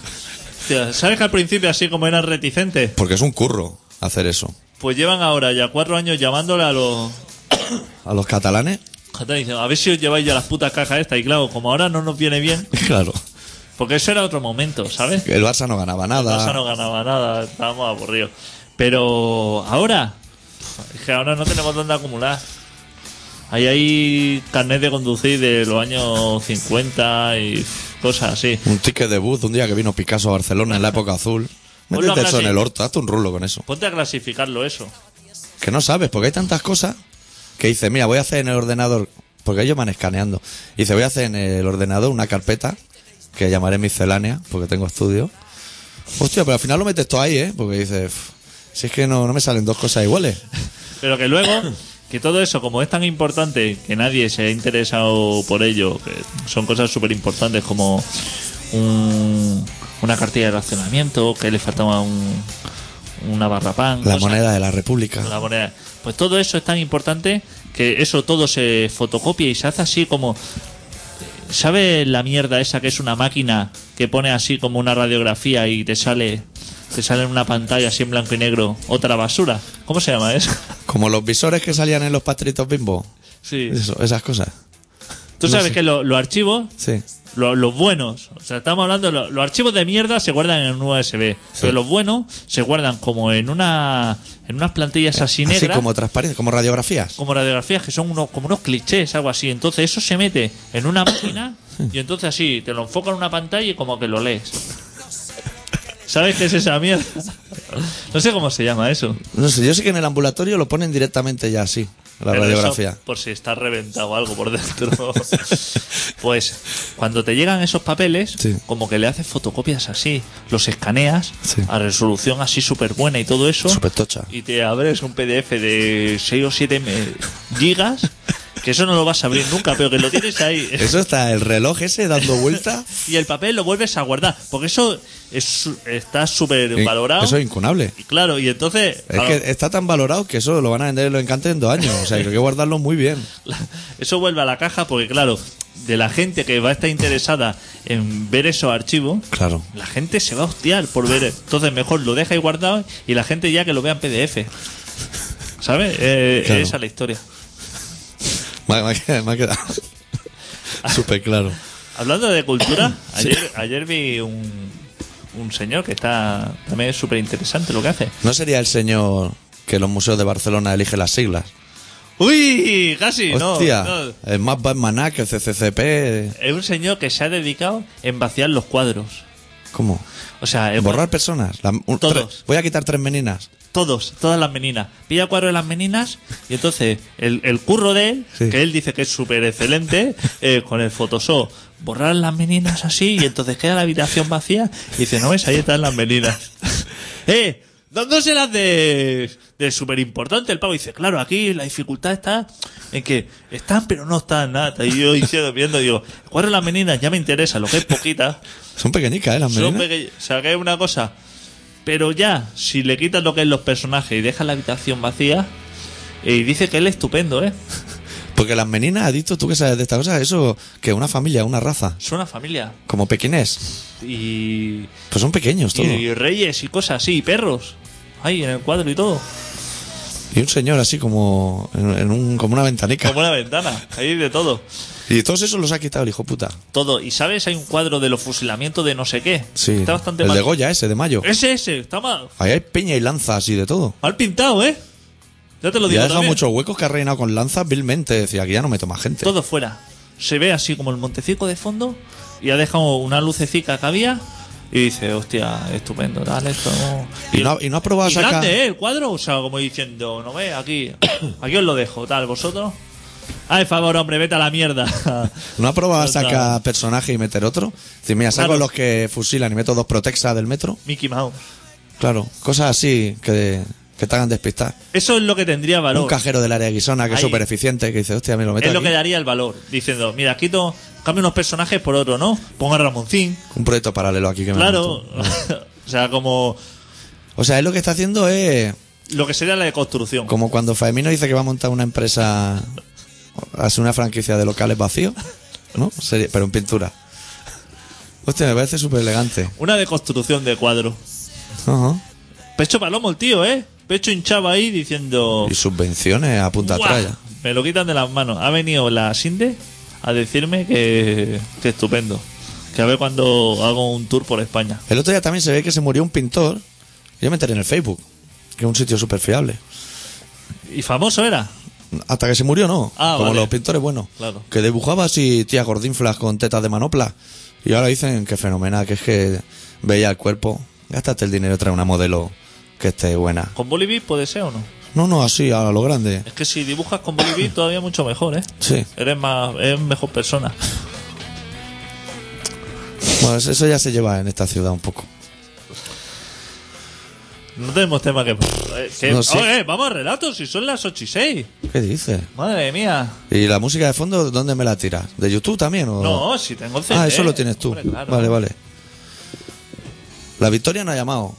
B: hostia, ¿Sabes que al principio así como eran reticentes?
A: Porque es un curro hacer eso.
B: Pues llevan ahora ya cuatro años llamándole a los
A: A los catalanes,
B: catalanes diciendo, a ver si os lleváis ya las putas cajas estas. Y claro, como ahora no nos viene bien,
A: claro.
B: porque eso era otro momento, ¿sabes?
A: El Barça no ganaba nada.
B: Barça no ganaba nada, estábamos aburridos. Pero ahora, es que ahora no tenemos dónde acumular. Ahí hay carnet de conducir de los años 50 y cosas así.
A: Un ticket de bus de un día que vino Picasso a Barcelona en la época azul.
B: Ponlo a
A: Métete eso en
B: clase.
A: el orto, hazte un rulo con eso.
B: Ponte a clasificarlo eso.
A: Que no sabes, porque hay tantas cosas que dice, mira, voy a hacer en el ordenador, porque ellos van escaneando. Y dice, voy a hacer en el ordenador una carpeta que llamaré miscelánea, porque tengo estudio. Hostia, pero al final lo metes todo ahí, ¿eh? Porque dice, "Uf, si es que no, no me salen dos cosas iguales.
B: Pero que luego, que todo eso, como es tan importante, que nadie se ha interesado por ello, que son cosas súper importantes como un- una cartilla de racionamiento, que le faltaba un- una barra pan.
A: La
B: cosas
A: moneda de la República.
B: la moneda. Pues todo eso es tan importante que eso todo se fotocopia y se hace así como. ¿Sabes la mierda esa que es una máquina que pone así como una radiografía y te sale te sale en una pantalla así en blanco y negro otra basura? ¿Cómo se llama eso?
A: Como los visores que salían en los pastritos bimbo.
B: Sí.
A: Eso, esas cosas.
B: Tú
A: no
B: sabes
A: sé.
B: que lo- los archivos,
A: Sí.
B: lo- los buenos, o sea, estamos hablando, de lo- los archivos de mierda se guardan en un USB, pero los buenos se guardan como en una en unas plantillas así negras.
A: Así como transparente, como radiografías.
B: como radiografías que son unos, como unos clichés, algo así. Entonces eso se mete en una máquina y entonces así te lo enfoca en una pantalla y como que lo lees. ¿Sabes qué es esa mierda? No sé cómo se llama eso.
A: No sé, yo sé que en el ambulatorio lo ponen directamente ya así, la
B: Pero
A: radiografía.
B: eso, por si está reventado algo por dentro. pues cuando te llegan esos papeles,
A: Sí.
B: como que le haces fotocopias así, los escaneas
A: Sí.
B: a resolución así súper buena y todo eso.
A: Súper tocha.
B: Y te abres un PDF de 6 o 7 me- gigas, que eso no lo vas a abrir nunca, pero que lo tienes ahí.
A: Eso está el reloj ese dando vuelta.
B: Y el papel lo vuelves a guardar, porque eso es su- está súper valorado.
A: Eso es incunable.
B: Y claro, y entonces...
A: Es que está tan valorado que eso lo van a vender en los encantes en dos años. O sea, que hay que guardarlo muy bien.
B: Eso vuelve a la caja porque, claro, de la gente que va a estar interesada en ver esos archivos,
A: Claro.
B: la gente se va a hostiar por ver. Entonces, mejor lo deja ahí guardado y la gente ya que lo vea en PDF. ¿Sabes? Eh,
A: Claro.
B: Esa es la historia.
A: Me ha, me ha quedado- me ha quedado súper claro.
B: Hablando de cultura, ayer, ayer vi un, un señor que está también es súper interesante lo que hace.
A: ¿No sería el señor que los museos de Barcelona elige las siglas?
B: ¡Uy! Casi, no,
A: Hostia,
B: no.
A: el más Batmaná que el CCCP.
B: Es un señor que se ha dedicado en vaciar los cuadros.
A: ¿Cómo?
B: O sea, en
A: Borrar personas. La- un-
B: Todos.
A: tres- voy a quitar tres meninas.
B: Todos, todas las meninas. Pilla cuadro de las meninas y entonces el, el curro de él,
A: Sí.
B: que él dice que es súper excelente, eh, con el Photoshop, borrar las meninas así y entonces queda la habitación vacía y dice, no ves, ahí están las meninas. ¡Eh! Dándose las de, de súper importante el pavo. Dice, claro, aquí la dificultad está en que están pero no están nada. Y yo diciendo, viendo, digo, el cuadro de las meninas ya me interesa, lo que es poquita.
A: Son pequeñicas, ¿eh? Las
B: Son
A: meninas.
B: peque- O sea, que es una cosa. Pero ya, si le quitas lo que es los personajes y dejas la habitación vacía, y dice que él es estupendo, ¿eh?
A: Porque las meninas, has dicho tú que sabes de estas cosas, eso que una familia, una raza.
B: Es una familia.
A: Como pequinés.
B: Y,
A: Pues son pequeños
B: y,
A: todos.
B: y reyes y cosas así, y perros. Ahí en el cuadro y todo.
A: Y un señor así como en, en un, como una ventanica.
B: Como una ventana. Ahí de todo.
A: Y todos esos los ha quitado el hijo puta.
B: Todo. ¿Y sabes? Hay un cuadro de los fusilamientos de no sé qué.
A: Sí.
B: Está bastante
A: el
B: mal.
A: de Goya ese, de mayo.
B: Ese, ese. Está mal,
A: Ahí hay piña y lanzas y de todo.
B: mal pintado, ¿eh? Ya te lo
A: Y
B: digo.
A: ha dejado
B: también.
A: muchos huecos que ha rellenado con lanzas vilmente. Decía, aquí ya no me toma gente.
B: Todo fuera. Se ve así como el montecico de fondo y ha dejado una lucecica que había y dice, hostia, estupendo, tal, esto.
A: Y no- y no ha probado
B: y
A: sacar-
B: grande, ¿eh? El cuadro, o sea, como diciendo, no ve, aquí, aquí os lo dejo, tal, vosotros. Ay, favor, hombre, vete a la mierda.
A: ¿No ha probado a
B: Total.
A: sacar personaje y meter otro? Dice, mira, saco
B: Claro.
A: los que fusilan y meto dos protexas del metro.
B: Mickey Mouse.
A: Claro, cosas así que, que te hagan despistar.
B: Eso es lo que tendría valor.
A: Un cajero del área de Guisona que es
B: Ahí.
A: súper eficiente, que dice, hostia, me lo meto
B: es lo
A: aquí.
B: que daría el valor. Diciendo, mira, quito, cambio unos personajes por otro, ¿no? Ponga a Ramoncín.
A: Un proyecto paralelo aquí que me
B: Claro.
A: meto.
B: o sea, como
A: O sea, él lo que está haciendo es
B: lo que sería la deconstrucción.
A: como cuando Faemino dice que va a montar una empresa, hace una franquicia de locales vacíos, ¿no? Sería- pero en pintura. Hostia, me parece súper elegante.
B: Una deconstrucción de cuadro.
A: Ajá.
B: Pecho palomo el tío, ¿eh? Pecho hinchado ahí diciendo...
A: Y subvenciones a punta
B: "Buah,
A: traya.
B: Me lo quitan de las manos. Ha venido la Sinde a decirme que, que estupendo. Que a ver cuando hago un tour por España.
A: El otro día también se ve que se murió un pintor. Yo me enteré en el Facebook, que es un sitio súper fiable.
B: Y famoso era.
A: Hasta que se murió, no.
B: Ah,
A: Como
B: vale.
A: los pintores buenos.
B: Claro.
A: Que dibujaba así tías gordinflas con tetas de manopla. Y ahora dicen que fenomenal, que es que veía el cuerpo. Gástate el dinero y trae una modelo que esté buena.
B: ¿Con Bolivia puede ser o no?
A: No, no, así, a lo grande.
B: Es que si dibujas con Bolivia todavía mucho mejor, ¿eh?
A: Sí.
B: Eres más... Eres mejor persona.
A: Bueno, eso- eso ya se lleva en esta ciudad un poco.
B: No tenemos tema que... eh, que-
A: No sé.
B: Oh, eh, vamos a relatos, si son las 8 y 6.
A: ¿Qué dices?
B: Madre mía.
A: ¿Y la música de fondo dónde me la tiras? ¿De YouTube también? O...
B: No, si tengo el CD.
A: Ah, eso lo tienes tú.
B: Hombre, claro.
A: Vale, vale. La Victoria no ha llamado.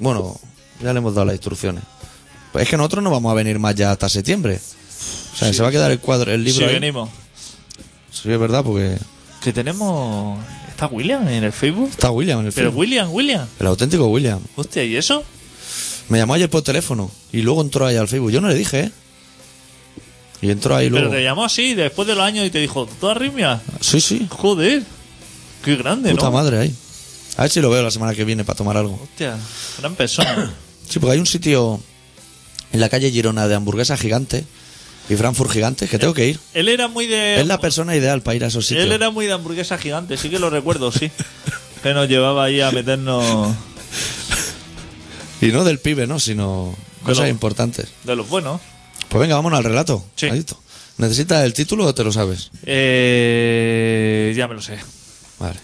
A: Bueno, ya le hemos dado las instrucciones. Pues es que nosotros no vamos a venir más ya hasta septiembre. O sea, se va a quedar el cuadro, el
B: Si
A: libro. ahí.
B: venimos.
A: Sí, es verdad, porque
B: Que tenemos. ¿Está William en el Facebook?
A: está William en el
B: Pero
A: film.
B: William, William.
A: El auténtico William.
B: Hostia, ¿y eso?
A: Me llamó ayer por teléfono y luego entró ahí al Facebook. Yo no le dije, ¿eh? Y entró ahí
B: Pero
A: luego.
B: te llamó así después de los años y te dijo, ¿tú arritmia?
A: Sí, sí.
B: Joder, qué grande,
A: Puta
B: ¿no?
A: madre ahí. A ver si lo veo la semana que viene para tomar algo.
B: Hostia, gran persona.
A: Sí, porque hay un sitio en la calle Girona de hamburguesas gigantes y Frankfurt gigantes que tengo que ir.
B: él era muy de.
A: Es la persona ideal para ir a esos sitios.
B: él era muy de hamburguesa gigante, sí que lo recuerdo, sí. que nos llevaba ahí a meternos
A: Y no del pibe, ¿no? Sino cosas
B: Pero-
A: importantes.
B: de los buenos.
A: Pues venga, vámonos al relato.
B: Sí.
A: Adicto. ¿Necesitas el título o te lo sabes?
B: Eh, ya me lo sé.
A: Vale.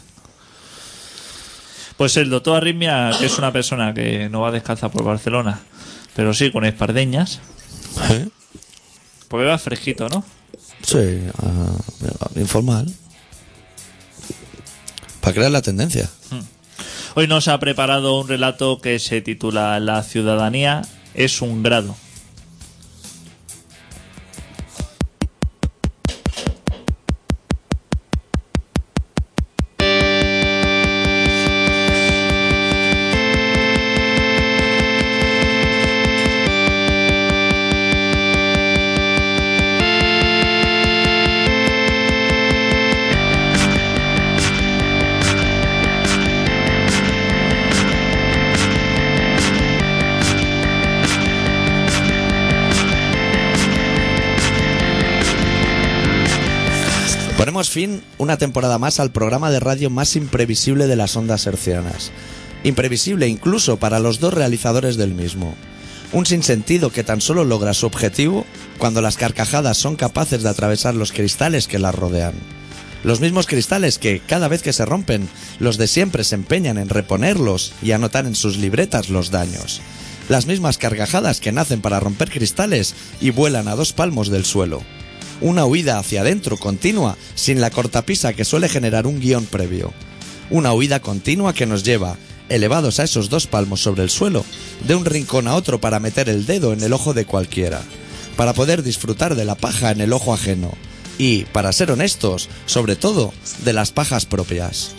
B: Pues el doctor Arritmia, que es una persona que no va descalza por Barcelona, pero sí con espardeñas,
A: ¿Eh?
B: porque va fresquito, ¿no?
A: Sí, ah, informal. Para crear la tendencia.
B: Hoy nos ha preparado un relato que se titula La ciudadanía es un grado.
A: Ponemos fin una temporada más al programa de radio más imprevisible de las ondas hercianas. Imprevisible incluso para los dos realizadores del mismo. Un sinsentido que tan solo logra su objetivo cuando las carcajadas son capaces de atravesar los cristales que las rodean. Los mismos cristales que, cada vez que se rompen, los de siempre se empeñan en reponerlos y anotar en sus libretas los daños. Las mismas carcajadas que nacen para romper cristales y vuelan a dos palmos del suelo. Una huida hacia adentro continua, sin la cortapisa que suele generar un guión previo. Una huida continua que nos lleva, elevados a esos dos palmos sobre el suelo, de un rincón a otro para meter el dedo en el ojo de cualquiera, para poder disfrutar de la paja en el ojo ajeno y, para ser honestos, sobre todo, de las pajas propias.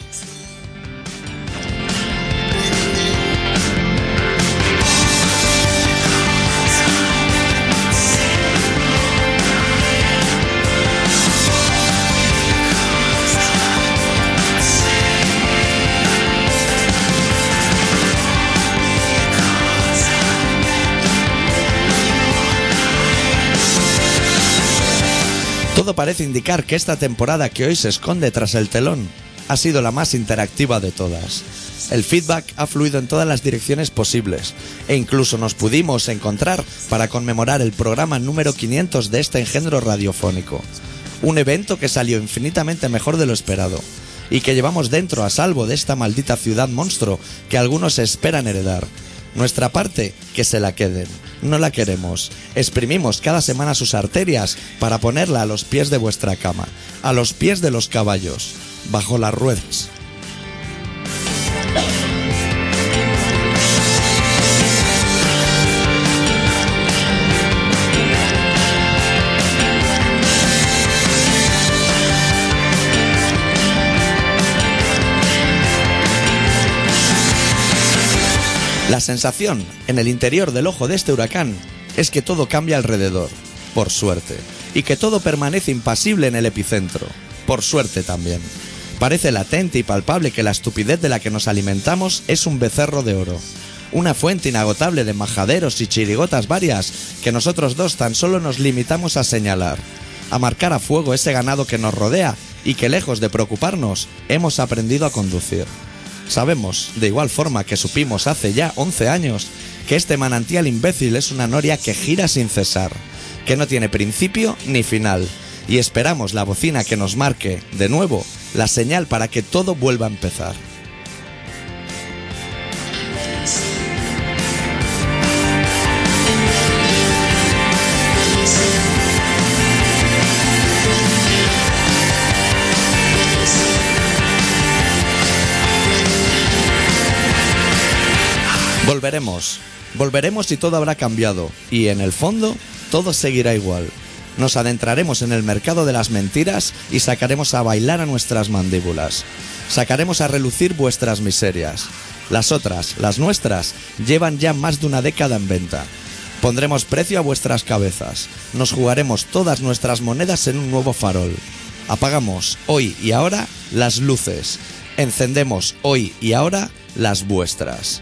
A: Todo parece indicar que esta temporada que hoy se esconde tras el telón ha sido la más interactiva de todas. El feedback ha fluido en todas las direcciones posibles e incluso nos pudimos encontrar para conmemorar el programa número 500 de este engendro radiofónico. Un evento que salió infinitamente mejor de lo esperado y que llevamos dentro a salvo de esta maldita ciudad monstruo que algunos esperan heredar. Nuestra parte, que se la queden. No la queremos. Exprimimos cada semana sus arterias para ponerla a los pies de vuestra cama, a los pies de los caballos, bajo las ruedas. La sensación en el interior del ojo de este huracán es que todo cambia alrededor, por suerte, y que todo permanece impasible en el epicentro, por suerte también. Parece latente y palpable que la estupidez de la que nos alimentamos es un becerro de oro, una fuente inagotable de majaderos y chirigotas varias que nosotros dos tan solo nos limitamos a señalar, a marcar a fuego ese ganado que nos rodea y que lejos de preocuparnos hemos aprendido a conducir. Sabemos, de igual forma que supimos hace ya 11 años, que este manantial imbécil es una noria que gira sin cesar, que no tiene principio ni final, y esperamos la bocina que nos marque, de nuevo, la señal para que todo vuelva a empezar. Volveremos. Volveremos y todo habrá cambiado. Y en el fondo, todo seguirá igual. Nos adentraremos en el mercado de las mentiras y sacaremos a bailar a nuestras mandíbulas. Sacaremos a relucir vuestras miserias. Las otras, las nuestras, llevan ya más de una década en venta. Pondremos precio a vuestras cabezas. Nos jugaremos todas nuestras monedas en un nuevo farol. Apagamos hoy y ahora las luces. Encendemos hoy y ahora las vuestras.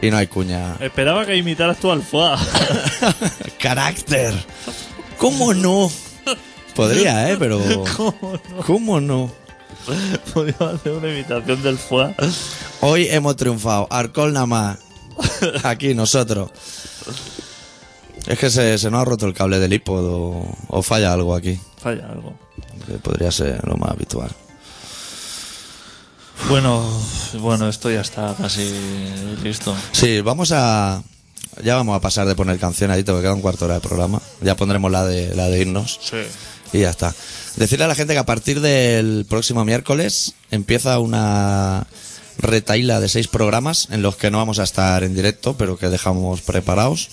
A: Y no hay cuña.
B: Esperaba que imitaras tú al FUA.
A: Carácter. ¿Cómo no? Podría, ¿eh? Pero...
B: ¿Cómo no?
A: ¿Cómo no?
B: Podía hacer una imitación del FUA.
A: Hoy hemos triunfado. Arcol nada más. Aquí nosotros. Es que se, se nos ha roto el cable del iPod o, o falla algo aquí.
B: Falla algo.
A: Que podría ser lo más habitual.
B: Bueno, bueno, esto ya está casi listo.
A: Sí, vamos a... Ya vamos a pasar de poner cancionadito, que queda un cuarto de hora de programa. Ya pondremos la de, la de irnos.
B: Sí.
A: Y ya está. Decirle a la gente que a partir del próximo miércoles empieza una retaíla de seis programas en los que no vamos a estar en directo, pero que dejamos preparados.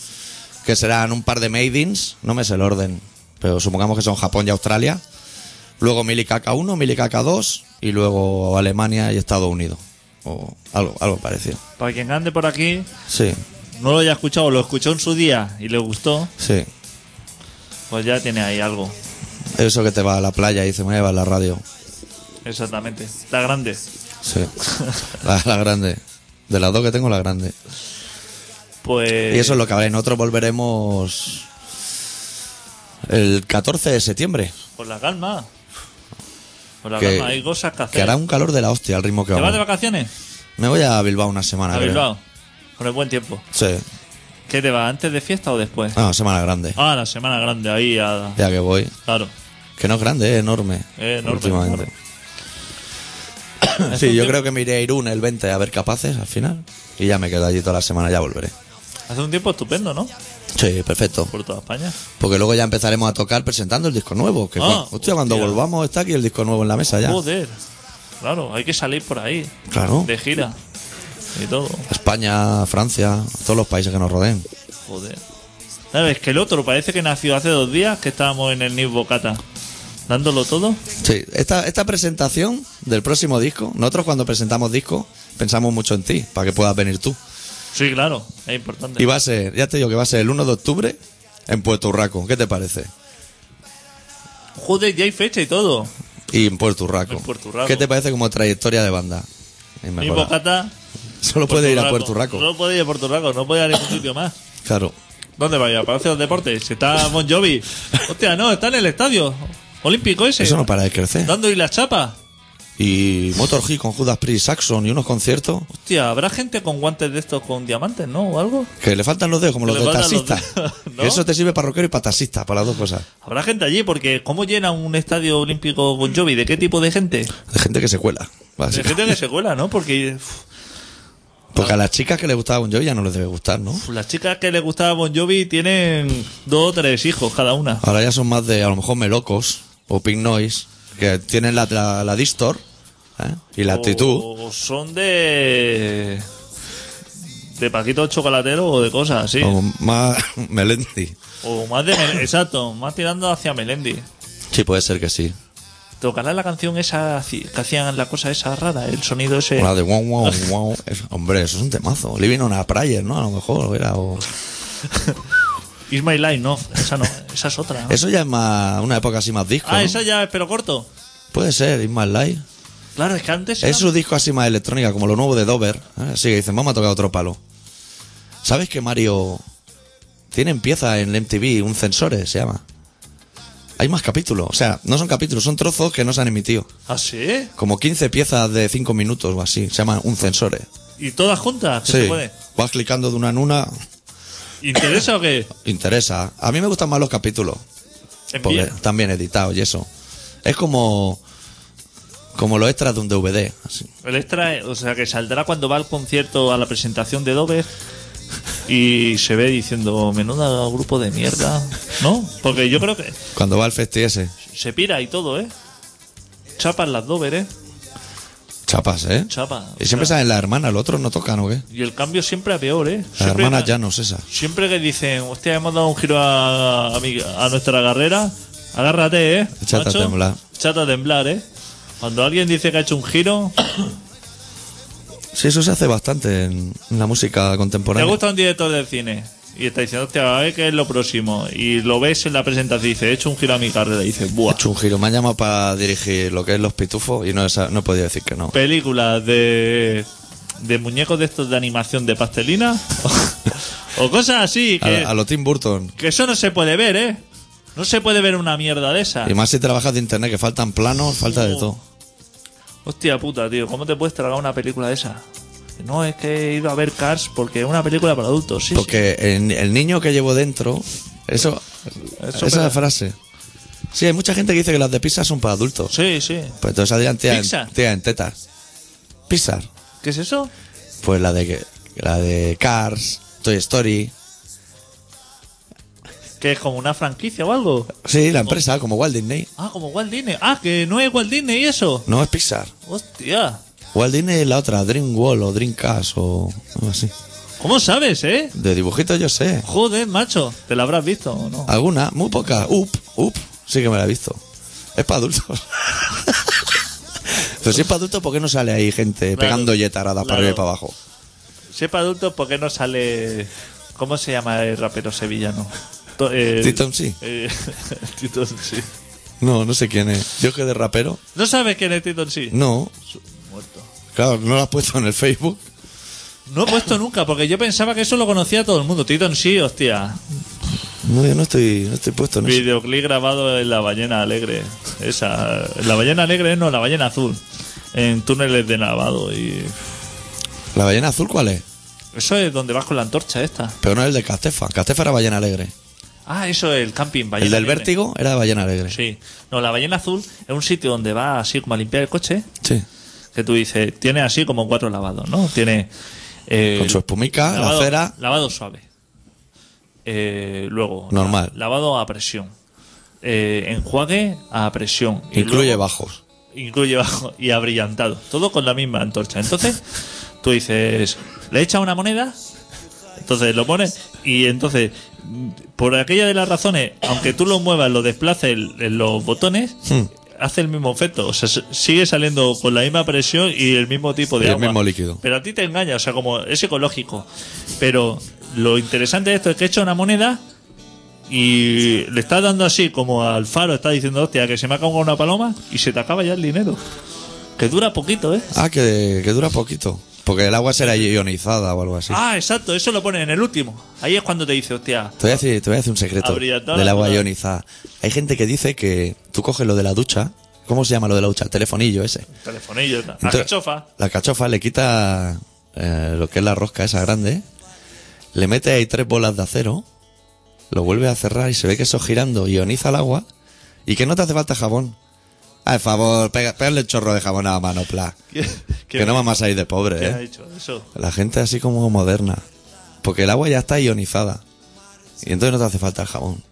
A: Que serán un par de maidings, no me sé el orden, pero supongamos que son Japón y Australia. Luego Milicaca 1, Milicaca 2 y luego Alemania y Estados Unidos. O algo, algo parecido.
B: Para quien ande por aquí,
A: Sí,
B: no lo haya escuchado, lo escuchó en su día y le gustó,
A: sí.
B: pues ya tiene ahí algo.
A: Eso que te va a la playa y dice, me lleva la radio.
B: Exactamente. Está grande.
A: Sí. La, la grande. De las dos que tengo, la grande.
B: Pues.
A: Y eso es lo que habrá. Y Nosotros volveremos el 14 de septiembre.
B: Con la calma. Con la
A: Que-
B: calma. Hay cosas que hacer.
A: Que hará un calor de la hostia al ritmo que
B: ¿Te vas de
A: vamos.
B: vacaciones?
A: Me voy a Bilbao una semana.
B: A
A: creo.
B: Bilbao. Con el buen tiempo.
A: Sí.
B: ¿Qué te va? ¿Antes de fiesta o después?
A: Ah, semana grande.
B: Ah, la semana grande ahí. a-
A: Ya que voy.
B: Claro.
A: Que no es grande, es enorme.
B: Es enorme,
A: Últimamente. sí, yo creo que me iré a Irún el 20 a ver capaces al final. Y ya me quedo allí toda la semana, ya volveré.
B: Hace un tiempo estupendo, ¿no?
A: Sí, perfecto.
B: Por toda España.
A: Porque luego ya empezaremos a tocar presentando el disco nuevo. Que
B: Ah,
A: cuan- hostia, cuando
B: hostia.
A: volvamos está aquí el disco nuevo en la mesa ya.
B: Joder. Claro, hay que salir por ahí.
A: Claro.
B: De gira. Y todo.
A: España, Francia, todos los países que nos rodeen.
B: Joder. ¿Sabes? Que el otro parece que nació hace dos días que estábamos en el New Bocata. Dándolo todo.
A: Sí, esta, esta presentación del próximo disco, nosotros cuando presentamos disco pensamos mucho en ti, para que puedas venir tú.
B: Sí, claro. Es importante.
A: Y va a ser, ya te digo que va a ser el 1 de octubre en Puerto Urraco. ¿Qué te parece?
B: Joder, ya hay fecha y todo.
A: Y en Puerto Urraco.
B: En Puerto Urraco.
A: ¿Qué te parece como trayectoria de banda?
B: New
A: Inmejorable.
B: Bocata.
A: Solo puede ir a
B: Raco.
A: Puerto Urraco.
B: No puede ir a Puerto Raco, no puede ir a ningún sitio más.
A: Claro.
B: ¿Dónde va a ir? ¿A Palacio de los Deportes? Si está Bon Jovi. Hostia, no, está en el estadio olímpico ese.
A: Eso no para de crecer.
B: Dando y la chapa.
A: Y Motor G con Judas Priest, Saxon y unos conciertos
B: Hostia, ¿habrá gente con guantes de estos con diamantes, no? ¿O algo?
A: que le faltan los dedos, como
B: Que
A: los
B: le
A: de
B: faltan los
A: taxista.
B: dedos, ¿no?
A: Que Eso te sirve para rockero y para taxista, para las dos cosas.
B: Habrá gente allí, porque ¿cómo llena un estadio olímpico Bon Jovi? ¿De qué tipo de gente?
A: De gente que se cuela.
B: De
A: básicamente.
B: gente que se cuela, ¿no? Porque uf,
A: Porque a las chicas que les gustaba un yo ya no les debe gustar, ¿no?
B: las chicas que les gustaba Bon Jovi tienen dos o tres hijos cada una.
A: Ahora ya son más de, a lo mejor, melocos o pink noise, que tienen la, la, la distor ¿eh? y
B: Oh,
A: la actitud.
B: O son de. de Paquito Chocolatero o de cosas así.
A: O más Melendi.
B: O más de. Mel- Exacto, más tirando hacia Melendi.
A: Sí, puede ser que sí.
B: Tocará la canción esa haci- que hacían la cosa esa rara, el sonido ese.
A: O la de wow, wow, wow. Es- hombre, eso es un temazo. Living on a Prayer, ¿no? A lo mejor era. o-
B: Is My Life, no, esa no, esa es otra. ¿no?
A: Eso ya es más, una época así más disco.
B: Ah,
A: ¿no?
B: esa ya es pelo corto.
A: Puede ser, Is My Life.
B: Claro, es que antes.
A: Es
B: era-
A: su disco así más electrónica, como lo nuevo de Dover. ¿eh? Así que dicen, vamos a tocar otro palo. ¿Sabes que Mario tiene pieza en MTV un censores, se llama? Hay más capítulos, o sea, no son capítulos, son trozos que no se han emitido.
B: Ah, sí.
A: Como 15 piezas de 5 minutos o así, se llaman un censores.
B: Y todas juntas, que se
A: Sí,
B: puede.
A: vas clicando de una en una,
B: ¿Interesa o qué?
A: interesa. A mí me gustan más los capítulos, porque
B: Envía.
A: están bien editados y eso. Es como como los extras de un DVD, así.
B: El extra, eh, o sea, que saldrá cuando va al concierto a la presentación de Dover y se ve diciendo, menuda grupo de mierda, ¿no? Porque yo creo que
A: Cuando va al festi ese,
B: se pira y todo, ¿eh? Chapan las Dover, ¿eh?
A: chapas, ¿eh?
B: Chapa.
A: Y siempre salen las hermanas, los otros no tocan, ¿o qué?
B: Y el cambio siempre a peor, ¿eh?
A: Las
B: Siempre,
A: hermanas Llanos, esa.
B: siempre que dicen, hostia, hemos dado un giro a, a mi- a nuestra carrera, agárrate, ¿eh?
A: Échate a
B: macho?
A: temblar.
B: Échate a temblar, ¿eh? Cuando alguien dice que ha hecho un giro,
A: Sí, eso se hace bastante en en la música
B: ¿Te
A: contemporánea.
B: gusta un director de cine? Y está diciendo, hostia, a ver qué es lo próximo. Y lo ves en la presentación y dice, he hecho un giro a mi carrera. Y dice,
A: He
B: buah.
A: hecho un giro. Me han llamado para dirigir lo que es Los Pitufos y no, he sa- no he podido decir que no.
B: Películas de, de muñecos de estos de animación de pastelina. o cosas así
A: A,
B: que,
A: a lo Tim Burton.
B: que eso no se puede ver, ¿eh? No se puede ver una mierda de esa.
A: Y más si trabajas de internet, que faltan planos, falta de todo.
B: Hostia puta, tío, ¿cómo te puedes tragar una película de esa? No, es que he ido a ver Cars porque es una película para adultos, sí. sí.
A: Porque el, el niño que llevo dentro. Eso.
B: Eso
A: esa
B: pega.
A: frase. Sí, hay mucha gente que dice que las de Pixar son para adultos.
B: Sí, sí.
A: Pues entonces salían tías en,
B: ¿Pixar?
A: tías en tetas. Pixar.
B: ¿Qué es eso?
A: Pues la de, que- la de Cars, Toy Story.
B: ¿Que es como una franquicia o algo?
A: Sí, la empresa, como Walt Disney.
B: Ah, como Walt Disney. Ah, que no es Walt Disney eso.
A: No, es Pixar.
B: Hostia.
A: Walt Disney es la otra, Dream Wall o Dreamcast o algo así.
B: ¿Cómo sabes, eh?
A: De dibujitos yo sé.
B: Joder, macho. ¿Te la habrás visto o no?
A: Alguna, muy poca. Up, up, sí que me la he visto. Es para adultos. Pero si es para adultos, ¿por qué no sale ahí gente
B: Claro,
A: pegando yetaradas para
B: claro.
A: arriba y para abajo?
B: Si es para adultos, ¿por qué no sale. ¿Cómo se llama el rapero sevillano? To- eh,
A: Tito MC.
B: eh, Tito MC.
A: No, no sé quién es. Yo que de rapero.
B: ¿No sabes quién es Tito MC?
A: No.
B: Su- Muerto.
A: Claro, no lo has puesto en el Facebook.
B: No he puesto nunca, porque yo pensaba que eso lo conocía todo el mundo. Tito MC, hostia.
A: No, yo no estoy, no estoy puesto en eso.
B: Videoclip grabado en la ballena alegre. Esa. La ballena alegre, no, la ballena azul. En túneles de lavado y.
A: ¿La ballena azul cuál es?
B: Eso es donde vas con la antorcha esta.
A: Pero no es el de Castefa. Castefa era ballena alegre.
B: Ah, eso es el camping ballena.
A: El del
B: alegre.
A: vértigo era de ballena alegre.
B: Sí. No, la ballena azul es un sitio donde va así como a limpiar el coche.
A: Sí.
B: Que tú dices, tiene así como cuatro lavados, ¿no? Tiene. eh,
A: Con su espumica, la
B: lavado-
A: cera.
B: Lavado suave. Eh, luego.
A: Normal.
B: la- lavado a presión. Eh, enjuague a presión. Y
A: Incluye
B: luego-
A: bajos.
B: incluye bajo y abrillantado. Todo con la misma antorcha. Entonces, tú dices, le echa una moneda, entonces lo pones y entonces, mm, por aquella de las razones, aunque tú lo muevas, lo desplaces el- en los botones,
A: Hmm.
B: hace el mismo efecto. O sea, s- sigue saliendo con la misma presión y el mismo tipo de
A: Y el
B: agua.
A: mismo líquido.
B: Pero a ti te engaña, o sea, como es ecológico. Pero lo interesante de esto es que echa una moneda y le está dando así como al faro, está diciendo, hostia, que se me ha acabado una paloma y se te acaba ya el dinero. Que dura poquito, ¿eh?
A: Ah, que, que dura poquito. Porque el agua será ionizada o algo así.
B: Ah, exacto, eso lo ponen en el último. Ahí es cuando te dice, hostia,
A: Te voy, a decir, te voy a decir un secreto
B: Abrillantado
A: del agua
B: natural.
A: ionizada. Hay gente que dice que tú coges lo de la ducha. ¿Cómo se llama lo de la ducha? El telefonillo ese.
B: telefonillo, tal. "Ah,
A: Entonces,
B: Alcachofa.
A: La cachofa le quita eh, lo que es la rosca esa grande. Le mete ahí tres bolas de acero. Lo vuelve a cerrar y se ve que eso girando ioniza el agua. Y que no te hace falta jabón. Al favor, pega, pégale el chorro de jabón a la mano, pla.
B: ¿Quién-
A: Que
B: quién-
A: no vamos a ir de pobre,
B: quién ha
A: ¿eh?
B: dicho eso?
A: La gente así como moderna. Porque el agua ya está ionizada. Y entonces no te hace falta el jabón.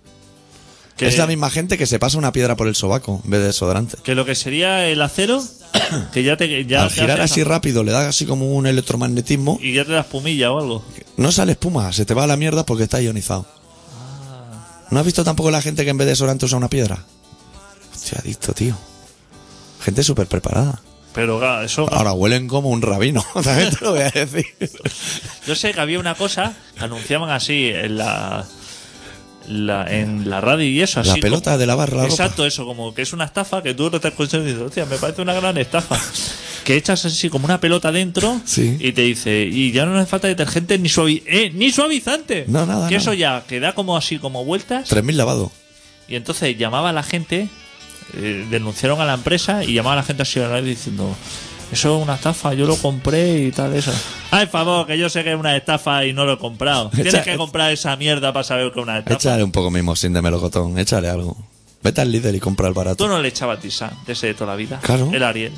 B: Que-
A: Es la misma gente que se pasa una piedra por el sobaco en vez de desodorante.
B: Que lo que sería el acero, que ya te. Ya
A: Al
B: te
A: girar
B: hace
A: así
B: esa-
A: rápido le da así como un electromagnetismo.
B: Y ya te das pumilla o algo.
A: No sale espuma, se te va a la mierda porque está ionizado.
B: Ah.
A: ¿No has visto tampoco la gente que en vez de desodorante usa una piedra? Hostia, adicto, tío. Gente súper preparada.
B: Pero claro, eso.
A: Ahora huelen como un rabino, también te lo voy a decir.
B: Yo sé que había una cosa que anunciaban así en la. la- en la radio y eso, así.
A: La
B: como-
A: pelota de lavar la ropa.
B: Exacto, eso, como que es una estafa que tú lo estás escuchando y dices, hostia, me parece una gran estafa. Que echas así como una pelota dentro
A: Sí.
B: y te dice, y ya no hace falta detergente ni, suavi eh, ni suavizante.
A: No, nada,
B: Que
A: nada.
B: eso ya, que da como así como vueltas.
A: 3.000 lavados.
B: Y entonces llamaba a la gente, eh, denunciaron a la empresa y llamaba a la gente así a la radio diciendo, eso es una estafa, yo lo compré y tal, eso. Ay, favor, que yo sé que es una estafa y no lo he comprado. Tienes
A: Echa-
B: que comprar esa mierda para saber que es una estafa.
A: Échale un poco mismo sin de melocotón, échale algo. Vete al líder y compra el
B: Tú
A: barato.
B: no le echabas tiza de ese de toda la vida.
A: Claro.
B: El Ariel.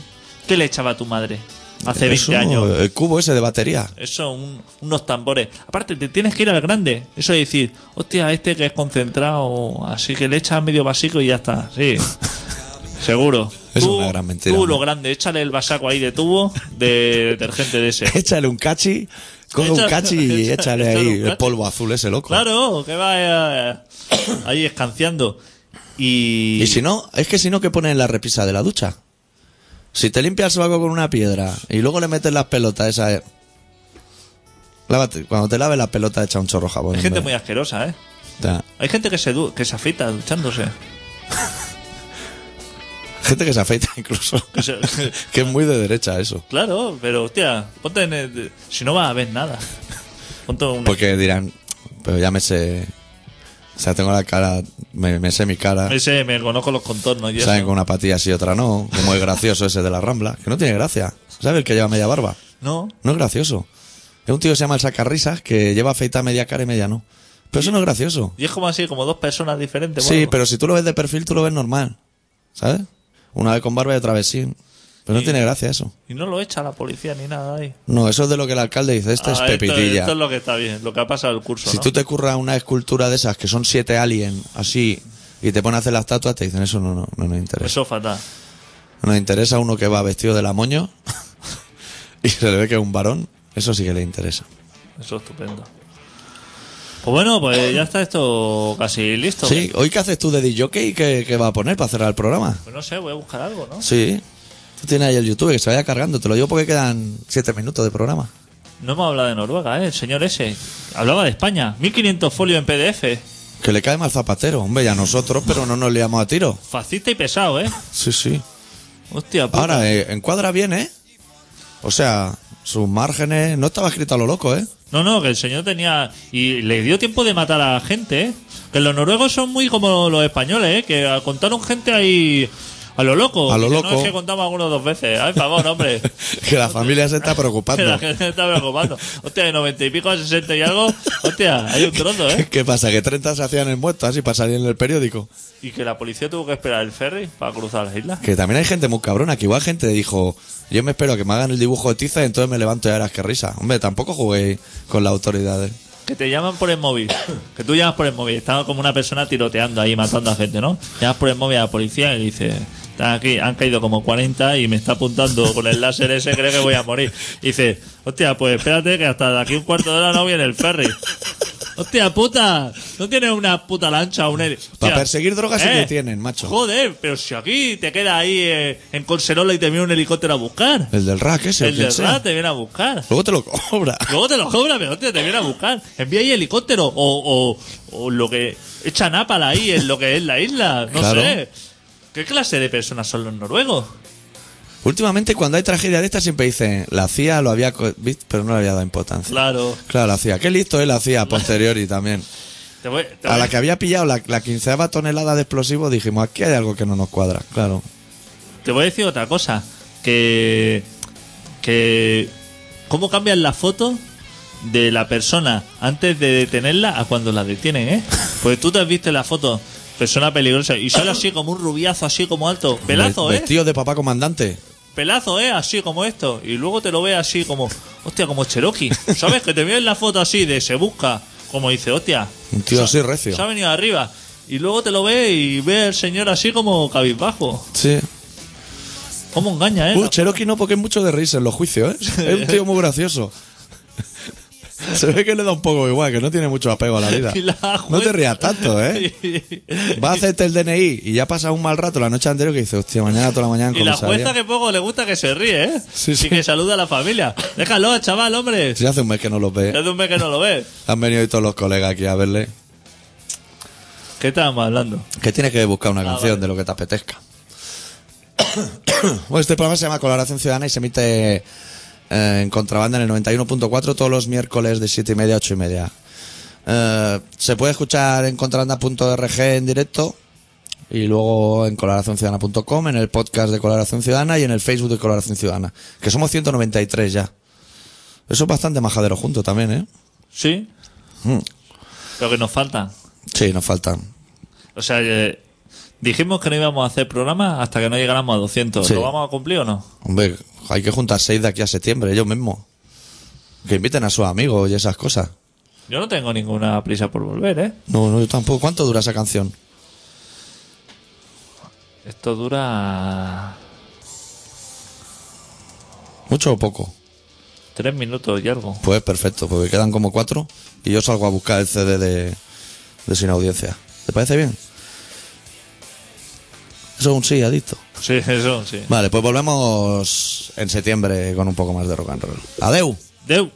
B: ¿Qué le echaba a tu madre hace 20
A: Eso,
B: años?
A: El cubo ese de batería.
B: Eso, un- unos tambores. Aparte, te tienes que ir al grande. Eso es decir, hostia, este que es concentrado, así que le echas medio vasico y ya está. Sí. Seguro.
A: Es una gran mentira,
B: Tú
A: hombre.
B: lo grande, échale el vasaco ahí de tubo de detergente de ese.
A: Échale un cachi, coge un
B: Echa-
A: cachi y échale
B: echa- échale
A: ahí
B: un
A: el
B: cachi.
A: polvo azul ese loco.
B: Claro, que vaya eh, ahí escanciando. Y,
A: Y si no, es que si no, ¿qué pones en la repisa de la ducha? Si te limpias el sobaco con una piedra y luego le metes las pelotas esas... eh, Lávate, cuando te laves las pelotas echa un chorro de jabón.
B: Hay gente muy
A: hombre.
B: asquerosa, ¿eh?
A: Ya.
B: Hay gente que se, du- que se afeita duchándose.
A: Gente que se afeita incluso.
B: Que se-
A: que es muy de derecha eso.
B: Claro, pero hostia, ponte en el- Si no vas a ver nada. Ponte un...
A: Porque dirán, pero ya me sé... O sea, tengo la cara, me, me sé mi cara.
B: Ese me conozco los contornos y
A: Saben
B: eso.
A: con una patilla sí y otra no. Como es gracioso ese de la Rambla. Que no tiene gracia. ¿Sabes el que lleva media barba?
B: No,
A: No es gracioso. Es un tío que se llama el sacarrisas que lleva feita media cara y media no. Pero eso no es gracioso.
B: y es como así, como dos personas diferentes.
A: Sí,
B: bueno.
A: pero si tú lo ves de perfil, tú lo ves normal. ¿Sabes? Una vez con barba y otra vez sin. Pero no
B: Y-
A: tiene gracia eso.
B: Y no lo echa la policía ni nada ahí.
A: No, eso es de lo que el alcalde dice. Este
B: Ah,
A: es
B: esto-
A: pepitilla.
B: Esto, es lo que está bien, lo que ha pasado el curso.
A: si
B: ¿no?
A: tú te curras una escultura de esas que son siete alien así y te pones a hacer las estatuas, te dicen eso no, no, no nos interesa.
B: Eso es fatal.
A: Nos interesa uno que va vestido de la moño y se le ve que es un varón. Eso sí que le interesa.
B: Eso es estupendo. Pues bueno, pues ya está esto casi listo.
A: Sí, ¿hoy qué haces tú de DJ? ¿Qué, qué va a poner para cerrar el programa?
B: Pues no sé, voy a buscar algo, ¿no?
A: Sí. Tú tienes ahí el YouTube que se vaya cargando. Te lo digo porque quedan siete minutos de programa.
B: No hemos hablado de Noruega, ¿eh? El señor ese. Hablaba de España. 1500 folios en PDF.
A: Que le cae mal Zapatero, hombre, y a nosotros, pero no nos liamos a tiro.
B: Facista y pesado, ¿eh?
A: Sí, sí.
B: Hostia, puta.
A: Ahora, eh, encuadra bien, ¿eh? O sea, sus márgenes. No estaba escrito a lo loco, ¿eh?
B: No, no, que el señor tenía... Y le dio tiempo de matar a gente, ¿eh? Que los noruegos son muy como los españoles, ¿eh? Que contaron gente ahí... A lo loco.
A: A lo
B: Dice,
A: loco.
B: No es que contamos algunos dos veces. ¿eh? Ay, por favor, hombre.
A: que la familia se está preocupando.
B: La gente está preocupando. Hostia, de 90 y pico a 60 y algo. Hostia, hay un trozo, ¿eh?
A: ¿Qué pasa? ¿Que 30 se hacían el muerto así para salir en el periódico?
B: Y que la policía tuvo que esperar el ferry para cruzar las islas.
A: Que también hay gente muy cabrona, que igual gente dijo, yo me espero a que me hagan el dibujo de tiza y entonces me levanto y harás que risa. Hombre, tampoco jugué con las autoridades.
B: Que te llaman por el móvil. Que tú llamas por el móvil. Estaba como una persona tiroteando ahí, matando a gente, ¿no? Llamas por el móvil a la policía y dices... "Están Aquí, han caído como 40 y me está apuntando con el láser ese, creo que voy a morir. Y dice, hostia, pues espérate que hasta de aquí un cuarto de hora no viene el ferry. Hostia puta, no tienes una puta lancha o un heli-
A: Para
B: Hostia. eh,
A: perseguir drogas sí que tienen, macho.
B: Joder, pero si aquí te queda ahí eh, en Conserola y te viene un helicóptero a buscar.
A: El del rack ese, o
B: el
A: quien
B: de
A: sea.
B: verdad te viene a buscar.
A: Luego te lo cobra.
B: Luego te lo cobra, pero hostia, te viene a buscar. Envía ahí helicóptero o, o, o lo que echa nápala ahí en lo que es la isla. No
A: Claro.
B: sé. ¿Qué clase de personas son los noruegos?
A: Últimamente cuando hay tragedia de estas siempre dicen, la CIA lo había co- visto, pero no le había dado importancia.
B: Claro.
A: Claro, la CIA. Qué listo es la CIA posteriori también.
B: Te voy- te
A: A
B: voy-
A: la que había pillado la, la quinceava tonelada de explosivos dijimos, aquí hay algo que no nos cuadra. Claro.
B: Te voy a decir otra cosa. Que. Que. ¿Cómo cambian la foto de la persona antes de detenerla a cuando la detienen, eh? Pues tú te has visto en la foto, persona peligrosa, y sale así como un rubiazo, así como alto. Pelazo,
A: Ve-
B: eh.
A: Vestidos de papá comandante.
B: Pelazo, eh, así como esto. Y luego te lo ve así como. Hostia, como Cherokee. ¿Sabes? Que te veo en la foto así de se busca. Como dice, hostia.
A: Un tío
B: se-
A: así recio.
B: Se ha venido arriba. Y luego te lo ve y ve al señor así como cabizbajo.
A: Sí.
B: ¿Cómo engaña, eh?
A: Uh, Cherokee no, porque es mucho de risa en los juicios, ¿eh? Es un tío muy gracioso. Se ve que le da un poco igual, que no tiene mucho apego a la vida.
B: Y la
A: No te
B: juez-
A: rías tanto, ¿eh? Va a hacerte el DNI y ya pasa un mal rato la noche anterior que dice, hostia, mañana toda la mañana en
B: Y la
A: comisaría.
B: jueza que poco le gusta que se ríe, ¿eh?
A: Sí, sí.
B: Y que saluda a la familia. Déjalo, chaval, hombre.
A: Si hace un mes que no los ve.
B: Es de un mes que no lo ves.
A: Han venido hoy todos los colegas aquí a verle.
B: ¿Qué estábamos hablando?
A: Que tienes que buscar una canción
B: vale.
A: de lo que te apetezca. bueno, este programa se llama Colaboración Ciudadana y se emite eh, en contrabanda en el 91.4 todos los miércoles de 7 y media a 8 y media. Eh, se puede escuchar en contrabanda.org en directo y luego en colaboracionciudadana.com, en el podcast de Colaboración Ciudadana y en el Facebook de Colaboración Ciudadana, que somos 193 ya. Eso es bastante majadero junto también, ¿eh?
B: ¿Sí?
A: Mm.
B: Lo que nos falta.
A: Sí, nos faltan.
B: O sea, eh, dijimos que no íbamos a hacer programa hasta que no llegáramos a 200.
A: Sí.
B: ¿Lo vamos a cumplir o no?
A: Hombre, hay que juntar seis de aquí a septiembre, ellos mismos. Que inviten a sus amigos y esas cosas.
B: Yo no tengo ninguna prisa por volver, ¿eh?
A: No, no, yo tampoco. ¿Cuánto dura esa canción?
B: Esto dura
A: ¿Mucho o poco?
B: tres minutos y algo.
A: Pues perfecto, porque quedan como cuatro y yo salgo a buscar el CD de, de Sin Audiencia. ¿Te parece bien? Eso es un sí, adicto.
B: Sí, eso, sí.
A: Vale, pues volvemos en septiembre con un poco más de rock and roll. Adeu.
B: Deu.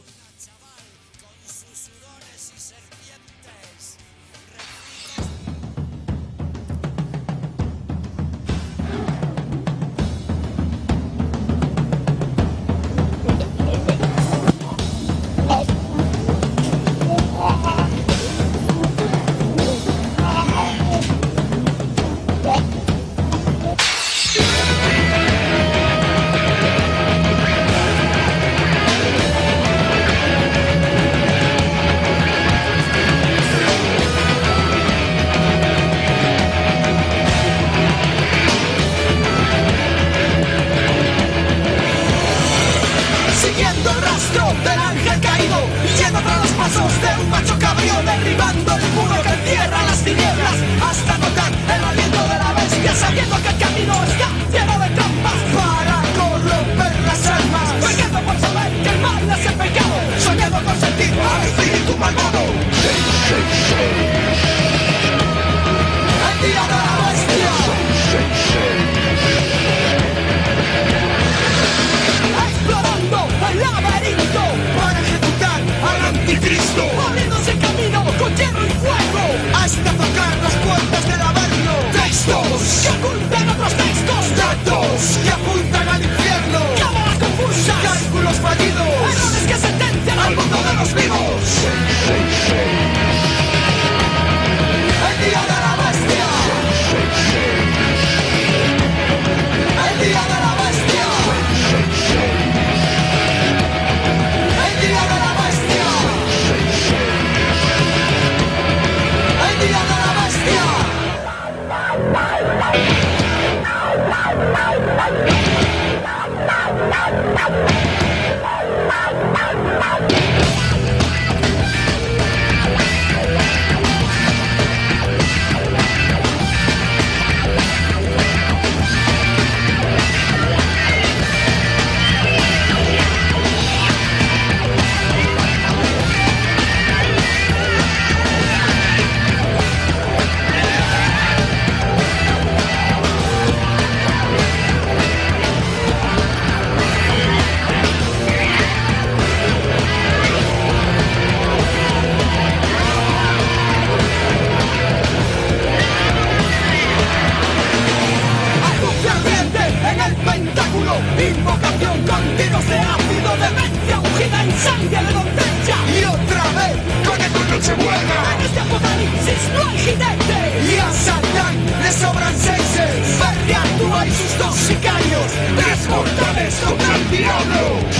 C: Siguiendo el rastro del ángel caído Yendo tras los pasos de un macho cabrío Derribando el muro que encierra las tinieblas Hasta notar el aliento de la bestia Sabiendo que el camino está lleno de trampas Para corromper las almas Pecando por saber que el mal es el pecado Soñando con sentir al espíritu malvado
D: Shake,
C: este diablo.